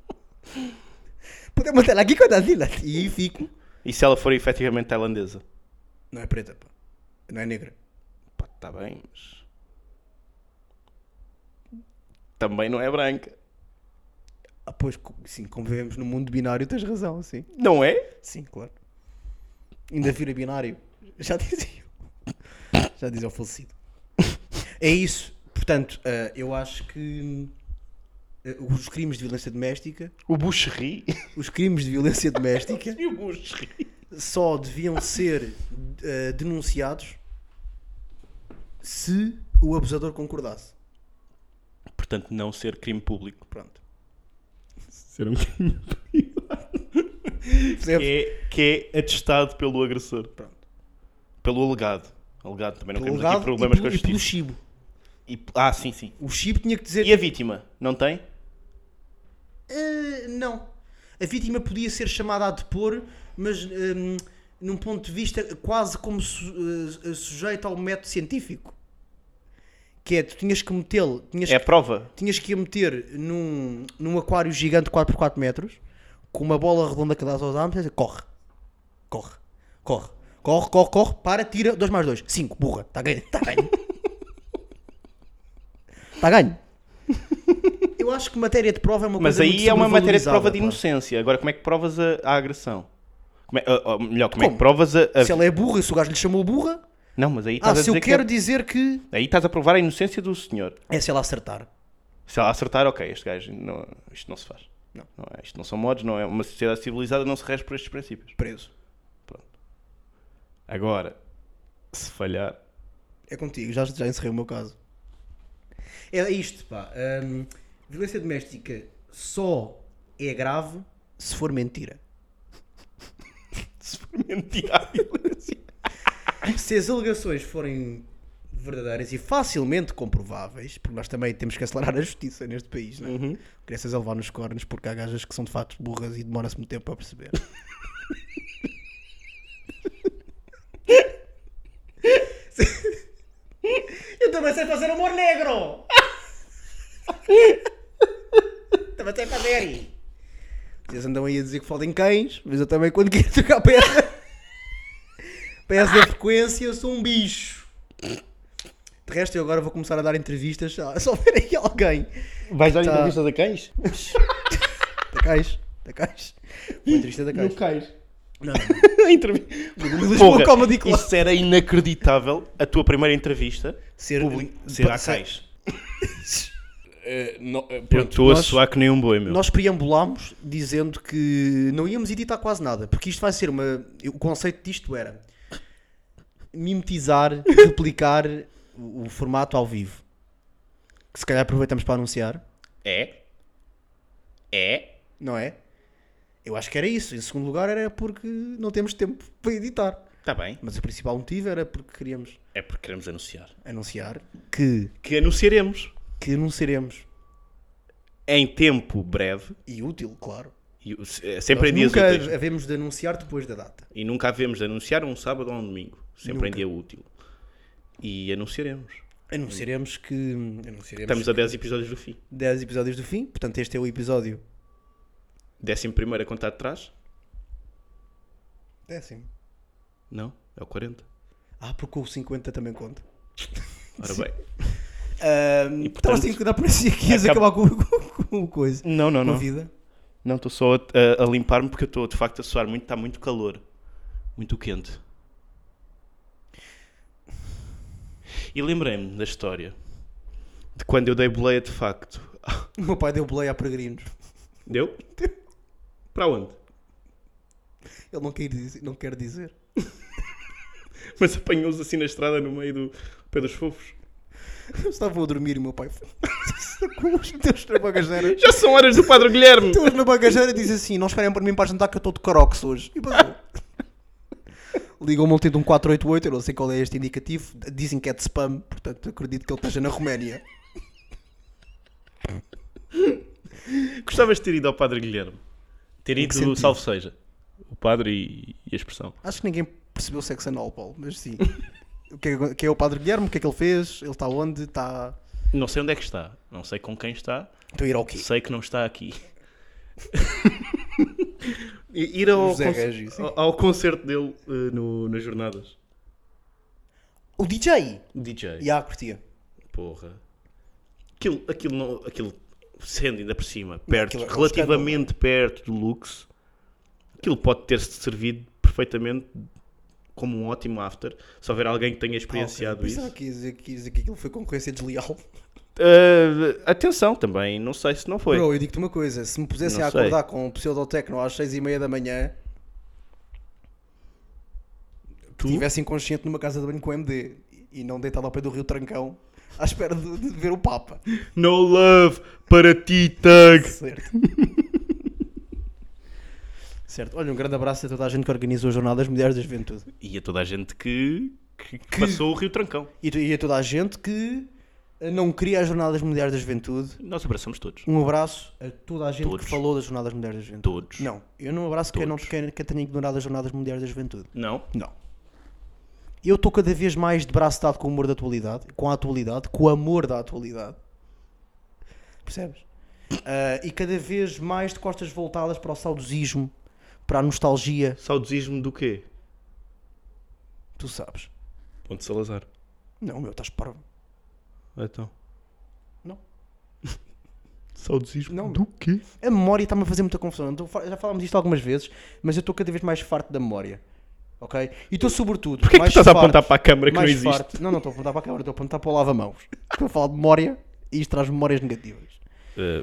[SPEAKER 4] Podemos estar aqui com a Dazila. E aí fico.
[SPEAKER 3] E se ela for efetivamente tailandesa?
[SPEAKER 4] Não é preta, pá. Não é negra.
[SPEAKER 3] Pá, está bem, mas. Também não é branca.
[SPEAKER 4] Ah, pois, co- sim, como vivemos no mundo binário, tens razão, sim.
[SPEAKER 3] Não é?
[SPEAKER 4] Sim, claro. Ainda vira binário. Já dizia. Já dizia o falecido. É isso. Portanto, eh, eu acho que eh, os crimes de violência doméstica,
[SPEAKER 3] O Buxerri.
[SPEAKER 4] os crimes de violência doméstica
[SPEAKER 3] E o Buxerri.
[SPEAKER 4] só deviam ser eh, denunciados se o abusador concordasse.
[SPEAKER 3] Portanto, não ser crime público.
[SPEAKER 4] Pronto.
[SPEAKER 3] Ser um crime
[SPEAKER 4] Percebes?
[SPEAKER 3] que é, que é atestado pelo agressor. Pronto. Pelo alegado. Alegado também não
[SPEAKER 4] Pelo
[SPEAKER 3] queremos
[SPEAKER 4] legado
[SPEAKER 3] aqui problemas
[SPEAKER 4] e
[SPEAKER 3] com a
[SPEAKER 4] pelo, e pelo
[SPEAKER 3] justiça.
[SPEAKER 4] chibo.
[SPEAKER 3] E- ah, sim, sim.
[SPEAKER 4] O chibo tinha que dizer
[SPEAKER 3] E a vítima? Não tem?
[SPEAKER 4] Uh, não. A vítima podia ser chamada a depor, mas um, num ponto de vista quase como su- uh, sujeito ao método científico. Que é, tu tinhas que metê-lo, tinhas,
[SPEAKER 3] É a prova?
[SPEAKER 4] tinhas que a meter num, num aquário gigante 4x4 metros, com uma bola redonda que dá aos armas, e dizer, corre, corre, corre, corre, corre, corre, para, tira, 2 mais 2, 5, burra, está ganho, está ganho.
[SPEAKER 3] Tá
[SPEAKER 4] Está ganho. Eu acho que matéria de prova é uma
[SPEAKER 3] Mas
[SPEAKER 4] coisa muito
[SPEAKER 3] aí é uma matéria de prova de
[SPEAKER 4] sobrevalorizada, pá.
[SPEAKER 3] inocência. Agora, como é que provas a, a agressão? Como é- ah, ah, melhor, como, é
[SPEAKER 4] Como?
[SPEAKER 3] que provas a. a-
[SPEAKER 4] Se ela é burra, se o gajo lhe chamou burra.
[SPEAKER 3] Não, mas aí estás
[SPEAKER 4] Ah,
[SPEAKER 3] a
[SPEAKER 4] se
[SPEAKER 3] dizer
[SPEAKER 4] eu quero
[SPEAKER 3] que
[SPEAKER 4] dizer que.
[SPEAKER 3] é- Aí estás a provar a inocência do senhor.
[SPEAKER 4] É se ela acertar.
[SPEAKER 3] Se ela acertar, ok, este gajo, não, isto não se faz.
[SPEAKER 4] Não.
[SPEAKER 3] é, isto não são modos, não é uma sociedade civilizada, não se rege por estes princípios.
[SPEAKER 4] Preso.
[SPEAKER 3] Agora, se falhar,
[SPEAKER 4] É contigo, já, já encerrei o meu caso. É isto, pá. Hum, violência doméstica só é grave se for mentira.
[SPEAKER 3] se for mentira à violência.
[SPEAKER 4] Se as alegações forem verdadeiras e facilmente comprováveis, porque nós também temos que acelerar a justiça neste país, não é? Crianças a levar nos cornos porque há gajas que são de facto burras e demora-se muito tempo a perceber. Eu também sei fazer humor negro! também sei fazer! Vocês andam aí a dizer que fodem cães, mas eu também quando quero tocar para essa, para essa frequência eu sou um bicho. De resto eu agora vou começar a dar entrevistas, ah, só ver aí alguém.
[SPEAKER 3] Vais dar
[SPEAKER 4] Tá.
[SPEAKER 3] entrevistas a cães?
[SPEAKER 4] Da caixa, da caixa. Uma entrevista da caixa.
[SPEAKER 3] cães.
[SPEAKER 4] Não,
[SPEAKER 3] Entrevista.
[SPEAKER 4] não. Lisboa Comedy Club.
[SPEAKER 3] isso era inacreditável, a tua primeira entrevista
[SPEAKER 4] Ser-
[SPEAKER 3] publi- ser
[SPEAKER 4] pa-
[SPEAKER 3] a
[SPEAKER 4] ser-
[SPEAKER 3] cães.
[SPEAKER 4] Eh,
[SPEAKER 3] Eu estou a
[SPEAKER 4] nós-
[SPEAKER 3] suar que nem um boi, meu.
[SPEAKER 4] Nós preambulámos dizendo que não íamos editar quase nada, porque isto vai ser uma. O conceito disto era mimetizar, replicar o, o formato ao vivo. Que se calhar aproveitamos para anunciar,
[SPEAKER 3] É? É?
[SPEAKER 4] não é? Eu acho que era isso. Em segundo lugar, era porque não temos tempo para editar.
[SPEAKER 3] Está Tá bem.
[SPEAKER 4] Mas o principal motivo era porque queríamos
[SPEAKER 3] É porque queremos anunciar.
[SPEAKER 4] anunciar que,
[SPEAKER 3] Que anunciaremos
[SPEAKER 4] que anunciaremos.
[SPEAKER 3] em tempo breve,
[SPEAKER 4] E útil, claro.
[SPEAKER 3] e o- se- é sempre
[SPEAKER 4] Nós
[SPEAKER 3] em dias
[SPEAKER 4] nunca
[SPEAKER 3] úteis.
[SPEAKER 4] havemos de anunciar depois da data.
[SPEAKER 3] E nunca havemos de anunciar um sábado ou um domingo. Sempre em
[SPEAKER 4] Nunca.
[SPEAKER 3] dia útil. E anunciaremos.
[SPEAKER 4] Anunciaremos que. Anunciaremos
[SPEAKER 3] Estamos a 10 episódios do fim.
[SPEAKER 4] 10 episódios do fim, portanto este é o episódio
[SPEAKER 3] Décimo primeiro a contar de trás?
[SPEAKER 4] décimo.
[SPEAKER 3] Não, é o 40.
[SPEAKER 4] Ah, porque o 50 também conta.
[SPEAKER 3] Ora bem.
[SPEAKER 4] Ahm,
[SPEAKER 3] portanto,
[SPEAKER 4] Estavas a cuidar por si que ias
[SPEAKER 3] acaba-
[SPEAKER 4] acabar com, com, com coisa.
[SPEAKER 3] Não, não,
[SPEAKER 4] com a
[SPEAKER 3] não.
[SPEAKER 4] vida.
[SPEAKER 3] Não, estou só a, a- a limpar-me porque eu estou de facto a suar muito. Está muito calor. Muito quente. E lembrei-me da história de quando eu dei boleia de facto.
[SPEAKER 4] O meu pai deu boleia a peregrinos.
[SPEAKER 3] Deu? Para onde?
[SPEAKER 4] Ele não quer dizer. Não quer dizer.
[SPEAKER 3] Mas apanhou-os assim na estrada no meio do pé dos fofos.
[SPEAKER 4] Eu estava a dormir e o meu pai foi- sacou os meus na bagageira.
[SPEAKER 3] Já são horas do Padre Guilherme!
[SPEAKER 4] Meteu-os na bagageira e diz assim: Não esperem por mim para jantar que eu estou de crocs hoje. E passou. Ligou-me ontem de um 488, eu não sei qual é este indicativo. Dizem que é de spam, portanto acredito que ele esteja na Roménia.
[SPEAKER 3] Gostavas de ter ido ao Padre Guilherme? Ter
[SPEAKER 4] Em
[SPEAKER 3] ido,
[SPEAKER 4] que sentido?
[SPEAKER 3] salvo seja. o padre e, e a expressão.
[SPEAKER 4] Acho que ninguém percebeu o sexo anal, Paulo, mas sim. O que é, que é o Padre Guilherme? O que é que ele fez? Ele está onde? Está.
[SPEAKER 3] Não sei onde é que está, não sei com quem está,
[SPEAKER 4] Estou a ir ao quê?
[SPEAKER 3] sei que não está aqui. I- Ir ao,
[SPEAKER 4] José
[SPEAKER 3] conce-
[SPEAKER 4] Régis, sim.
[SPEAKER 3] ao- ao concerto dele eh, no- nas jornadas.
[SPEAKER 4] O DJ!
[SPEAKER 3] DJ.
[SPEAKER 4] E a curtia.
[SPEAKER 3] Porra. Aquilo, aquilo, não, aquilo sendo ainda por cima, perto,
[SPEAKER 4] aquilo é um
[SPEAKER 3] relativamente perto do Lux, aquilo pode ter-se servido perfeitamente como um ótimo after, se houver alguém que tenha experienciado isso.
[SPEAKER 4] Será que quis dizer quis dizer que aquilo foi concorrência desleal?
[SPEAKER 3] Ah, atenção também, não sei se não foi.
[SPEAKER 4] Bro, eu digo-te uma coisa: se me pusessem
[SPEAKER 3] Não
[SPEAKER 4] a
[SPEAKER 3] sei.
[SPEAKER 4] acordar com um pseudotecno às 6 e meia da manhã,
[SPEAKER 3] Tu?
[SPEAKER 4] estivesse inconsciente numa casa de banho com MD e não deitado ao pé do Rio Trancão à espera de, de ver o Papa.
[SPEAKER 3] No love para ti, Tug.
[SPEAKER 4] Certo. certo. Olha, um grande abraço a toda a gente que organizou a Jornada das Mulheres da Juventude.
[SPEAKER 3] E a toda a gente que, que- que passou o Rio Trancão.
[SPEAKER 4] E, e a toda a gente que eh, não queria a Jornada das Mulheres da Juventude.
[SPEAKER 3] Nós abraçamos todos.
[SPEAKER 4] Um abraço a toda a gente
[SPEAKER 3] Todos.
[SPEAKER 4] que falou das Jornadas Mulheres da Juventude.
[SPEAKER 3] Todos.
[SPEAKER 4] Não, eu não abraço quem, não,
[SPEAKER 3] Todos.
[SPEAKER 4] quem, quem tenha ignorado as Jornadas Mulheres da Juventude.
[SPEAKER 3] Não?
[SPEAKER 4] Não. Eu estou cada vez mais de braço dado com o humor da atualidade, com a atualidade, com o amor da atualidade. Percebes? Ah, e cada vez mais de costas voltadas para o saudosismo, para a nostalgia,
[SPEAKER 3] Saudosismo do quê?
[SPEAKER 4] tu sabes.
[SPEAKER 3] Ponto Salazar.
[SPEAKER 4] Não, meu, estás parvo.
[SPEAKER 3] Então.
[SPEAKER 4] Não.
[SPEAKER 3] Saudosismo
[SPEAKER 4] Não,
[SPEAKER 3] do quê?
[SPEAKER 4] A memória está-me a fazer muita confusão. Eu tô fa- já falámos disto algumas vezes, mas eu estou cada vez mais farto da memória. Ok? E estou sobretudo.
[SPEAKER 3] Porquê é que tu
[SPEAKER 4] mais
[SPEAKER 3] estás a
[SPEAKER 4] farto-
[SPEAKER 3] apontar para a câmara que não
[SPEAKER 4] mais
[SPEAKER 3] existe?
[SPEAKER 4] farto- Não, não estou a apontar para a câmara, estou a apontar para o lava-mãos. Estou a falar de memória e isto traz memórias negativas.
[SPEAKER 3] Eh,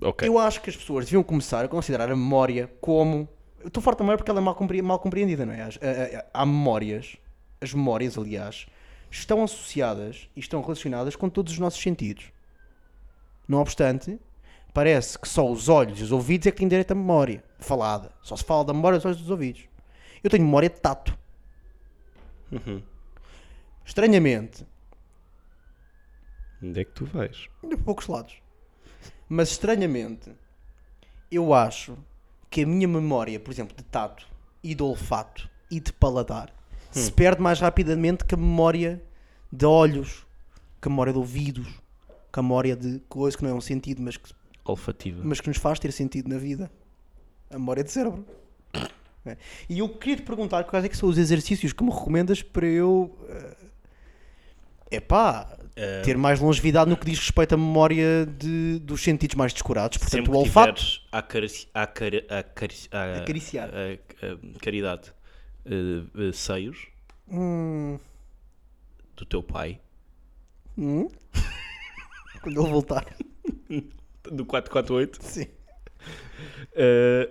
[SPEAKER 3] ok.
[SPEAKER 4] Eu acho que as pessoas deviam começar a considerar a memória como. Eu estou farto da memória porque ela é mal, compre- mal compreendida, não é? As- a- a- Há memórias, as memórias, aliás, estão associadas e estão relacionadas com todos os nossos sentidos. Não obstante, parece que só os olhos e os ouvidos é que têm direito à memória falada. Só se fala da memória dos olhos e dos ouvidos. Eu tenho memória de tato. Estranhamente,
[SPEAKER 3] Onde é que tu vais?
[SPEAKER 4] de poucos lados. Mas estranhamente, eu acho que a minha memória, por exemplo, de tato e de olfato e de paladar se perde mais rapidamente que a memória de olhos, que a memória de ouvidos, que a memória de coisa que não é um sentido, mas que
[SPEAKER 3] Olfativa.
[SPEAKER 4] mas que nos faz ter sentido na vida. A memória de cérebro. É. E eu queria te perguntar quais é que são os exercícios que me recomendas para eu. É epá, ter mais longevidade no que diz respeito à memória de, dos sentidos mais descurados. Portanto,
[SPEAKER 3] Sempre
[SPEAKER 4] o olfato.
[SPEAKER 3] tiveres a, carici- a, cari- a, carici- a-
[SPEAKER 4] Acariciar.
[SPEAKER 3] a- a- caridade eh, eh, seios
[SPEAKER 4] Hum,
[SPEAKER 3] do teu pai
[SPEAKER 4] hum? Quando ele voltar.
[SPEAKER 3] do 448
[SPEAKER 4] Sim.
[SPEAKER 3] eh,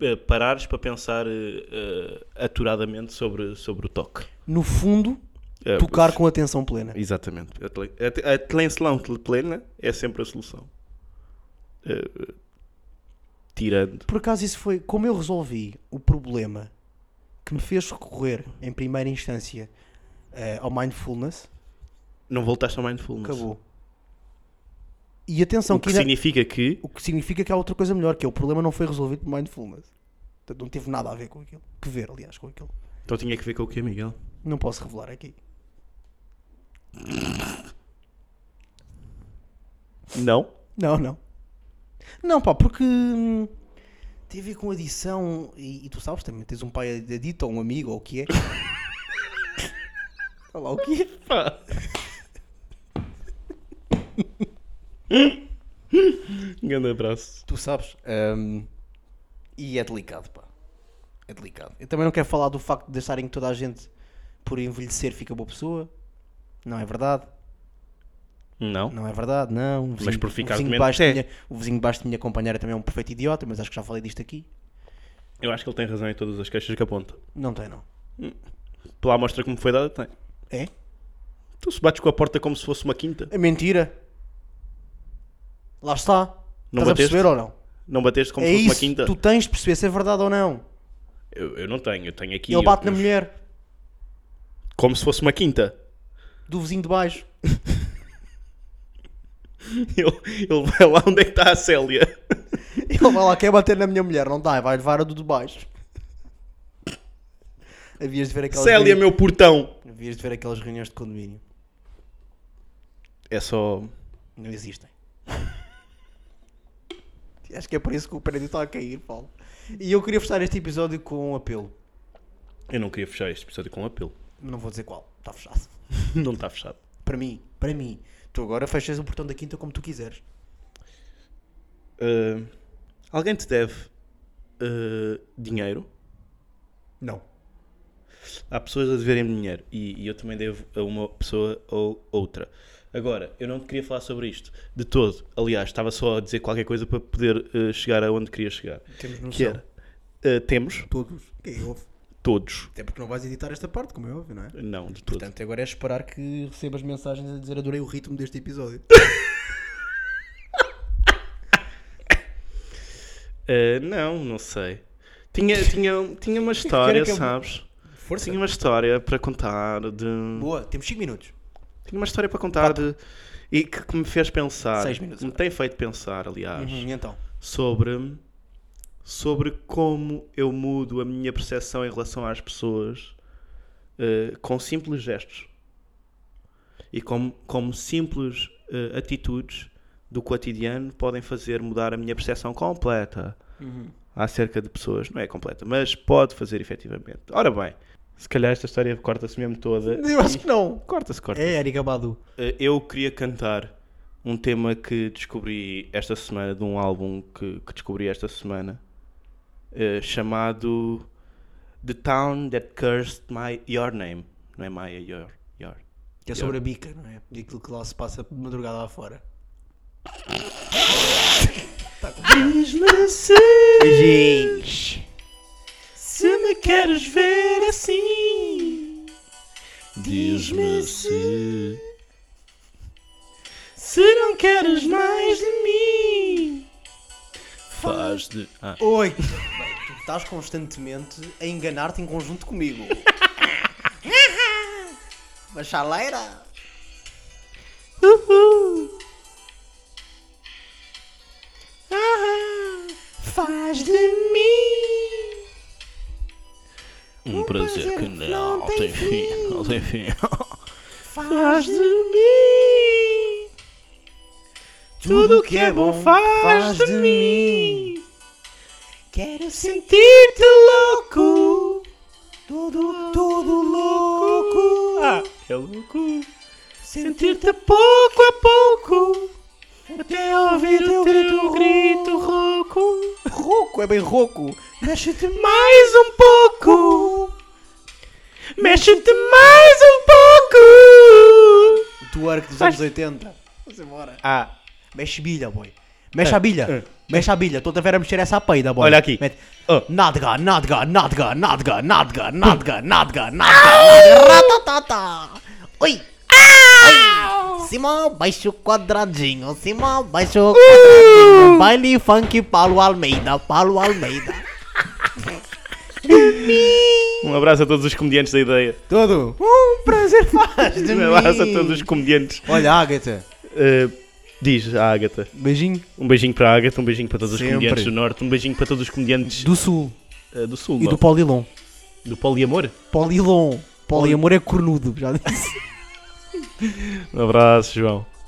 [SPEAKER 3] eh, parares para pensar eh, eh, aturadamente sobre, sobre o toque.
[SPEAKER 4] No fundo,
[SPEAKER 3] Eh,
[SPEAKER 4] tocar com atenção plena.
[SPEAKER 3] Exatamente. A tele- A te- a atenção plena é sempre a solução. Eh, eh, tirando.
[SPEAKER 4] Por acaso, isso foi como eu resolvi o problema que me fez recorrer, em primeira instância, eh, ao mindfulness.
[SPEAKER 3] Não voltaste ao mindfulness.
[SPEAKER 4] Acabou. E atenção,
[SPEAKER 3] O
[SPEAKER 4] que
[SPEAKER 3] que
[SPEAKER 4] ainda-
[SPEAKER 3] significa que
[SPEAKER 4] o que significa que há outra coisa melhor, que é o problema não foi resolvido por mindfulness. Portanto, não teve nada a ver com aquilo. Que ver, aliás, com aquilo.
[SPEAKER 3] Então tinha que ver com o quê, Miguel?
[SPEAKER 4] Não posso revelar aqui.
[SPEAKER 3] Não.
[SPEAKER 4] Não, não. Não, pá, porque hum, tem a ver com adição e, e tu sabes também, tens um pai adito ou um amigo ou o que é. Olha lá o que é.
[SPEAKER 3] Um grande abraço.
[SPEAKER 4] Tu sabes. hum, e é delicado, pá. É delicado. Eu também não quero falar do facto de acharem que toda a gente, por envelhecer, fica boa pessoa. Não é verdade.
[SPEAKER 3] Não.
[SPEAKER 4] Não é verdade, não. O vizinho,
[SPEAKER 3] por ficar
[SPEAKER 4] o vizinho
[SPEAKER 3] demente,
[SPEAKER 4] de baixo
[SPEAKER 3] é.
[SPEAKER 4] tinha, O vizinho de baixo tinha companheira também é um perfeito idiota, mas acho que já falei disto aqui.
[SPEAKER 3] Eu acho que ele tem razão em todas as queixas que aponta.
[SPEAKER 4] Não tem, não.
[SPEAKER 3] Pela amostra que me foi dada, tem.
[SPEAKER 4] É?
[SPEAKER 3] Tu se bates com a porta como se fosse uma quinta.
[SPEAKER 4] É mentira. Lá está.
[SPEAKER 3] Não
[SPEAKER 4] Estás a
[SPEAKER 3] bateste?
[SPEAKER 4] perceber ou não?
[SPEAKER 3] Não bateste como
[SPEAKER 4] é
[SPEAKER 3] se fosse
[SPEAKER 4] isso.
[SPEAKER 3] uma quinta.
[SPEAKER 4] Tu tens de perceber se é verdade ou não.
[SPEAKER 3] Eu, eu não tenho, eu tenho aqui.
[SPEAKER 4] Ele bate na
[SPEAKER 3] eu-
[SPEAKER 4] mulher
[SPEAKER 3] Como se fosse uma quinta.
[SPEAKER 4] do vizinho de baixo.
[SPEAKER 3] Ele, ele vai lá onde é que está a Célia.
[SPEAKER 4] Ele vai lá, quer bater na minha mulher. Não dá, vai levar a do de baixo. Havias de ver aquelas
[SPEAKER 3] Célia,
[SPEAKER 4] reuni-
[SPEAKER 3] meu portão.
[SPEAKER 4] Havias de ver aquelas reuniões de condomínio.
[SPEAKER 3] É só.
[SPEAKER 4] Não existem. Acho que é por isso que o prédio está a cair, Paulo. E eu queria fechar este episódio com um apelo.
[SPEAKER 3] Eu não queria fechar este episódio com um apelo.
[SPEAKER 4] Não vou dizer qual, está fechado.
[SPEAKER 3] Não está fechado.
[SPEAKER 4] Para mim, para mim. Tu agora fechas o portão da quinta como tu quiseres.
[SPEAKER 3] Ah, alguém te deve ah, dinheiro.
[SPEAKER 4] Não.
[SPEAKER 3] Há pessoas a deverem-me dinheiro. E, e eu também devo a uma pessoa ou outra. Agora, eu não queria falar sobre isto de todo. Aliás, estava só a dizer qualquer coisa para poder ah, chegar aonde queria chegar.
[SPEAKER 4] Temos noção.
[SPEAKER 3] Que era. ah, temos
[SPEAKER 4] Todos. Quem ouve?
[SPEAKER 3] todos.
[SPEAKER 4] é Até porque não vais editar esta parte, como é óbvio, não é?
[SPEAKER 3] Não, de todos.
[SPEAKER 4] Portanto, agora é esperar que recebas mensagens a dizer adorei o ritmo deste episódio.
[SPEAKER 3] Uh, não, não sei. Tinha, tinha, tinha uma história,
[SPEAKER 4] é que eu-
[SPEAKER 3] sabes?
[SPEAKER 4] Força.
[SPEAKER 3] Tinha uma história para contar de.
[SPEAKER 4] Boa, temos 5 minutos.
[SPEAKER 3] Tinha uma história para contar de. E que, que me fez pensar.
[SPEAKER 4] Seis minutos
[SPEAKER 3] me
[SPEAKER 4] agora.
[SPEAKER 3] tem feito pensar, aliás,
[SPEAKER 4] Uhum, e então.
[SPEAKER 3] sobre. Sobre como eu mudo a minha percepção em relação às pessoas uh, com simples gestos e como, como simples uh, atitudes do cotidiano podem fazer mudar a minha percepção completa acerca de pessoas. Não é completa, mas pode fazer efetivamente. Ora bem, se calhar esta história corta-se mesmo toda.
[SPEAKER 4] Eu acho que não.
[SPEAKER 3] Corta-se, corta.
[SPEAKER 4] É Erika Badu.
[SPEAKER 3] Eh, Eu queria cantar um tema que descobri esta semana, de um álbum que, que descobri esta semana, eh, chamado The Town That Cursed My Your Name. Não é Maya, Your. your.
[SPEAKER 4] Que é sobre a bica, não é? E aquilo que lá se passa de madrugada lá fora.
[SPEAKER 3] Diz-me se, se me queres ver assim. Diz-me se, se não queres mais de mim. Faz de. Ah.
[SPEAKER 4] Oi! Bem, tu estás constantemente a enganar-te em conjunto comigo. Uma chaleira! Uhul! Ah, faz de mim!
[SPEAKER 3] Um prazer que não,
[SPEAKER 4] não
[SPEAKER 3] tem
[SPEAKER 4] tem
[SPEAKER 3] fim, não tem fim.
[SPEAKER 4] Faz de
[SPEAKER 3] mim tudo o que é bom, faz de mim.
[SPEAKER 4] Quero
[SPEAKER 3] Sentir-te louco,
[SPEAKER 4] tudo, tudo louco!
[SPEAKER 3] ah, é louco. Sentir-te pouco a pouco, até É ouvir o teu grito rouco.
[SPEAKER 4] Rouco, é bem rouco! Mexe-te
[SPEAKER 3] Mais um pouco, mexe-te mais um
[SPEAKER 4] um
[SPEAKER 3] pouco.
[SPEAKER 4] do arco dos anos 80. Vamos embora.
[SPEAKER 3] Ah,
[SPEAKER 4] Mexe bilha, boy. Mexe a bilha. Mexe a bilha. Estou a ver a mexer essa peida, boy.
[SPEAKER 3] É. Olha aqui.
[SPEAKER 4] Mete.
[SPEAKER 3] Oh.
[SPEAKER 4] Nádega, nádega, nádega, nádega, nádega, nádega, nádega, nádega. Ratatata. Oi. Oi. Simão, baixa o quadradinho. Simão, baixa o quadradinho. Baile funk Paulo Almeida. Paulo Almeida.
[SPEAKER 3] um abraço a todos os comediantes da ideia.
[SPEAKER 4] Tudo. Um prazer faz de
[SPEAKER 3] Um abraço a todos os comediantes.
[SPEAKER 4] Olha, Agatha.
[SPEAKER 3] Uh, diz a Ágata.
[SPEAKER 4] Beijinho.
[SPEAKER 3] Um beijinho para a Ágata, um beijinho para todos os
[SPEAKER 4] Sempre.
[SPEAKER 3] comediantes do Norte, um beijinho para todos os comediantes
[SPEAKER 4] Do Sul.
[SPEAKER 3] uh, do Sul,
[SPEAKER 4] E do
[SPEAKER 3] não?
[SPEAKER 4] Paulilon.
[SPEAKER 3] do Poliamor.
[SPEAKER 4] Paulilon. Poliamor é cornudo, já disse.
[SPEAKER 3] Um abraço, João.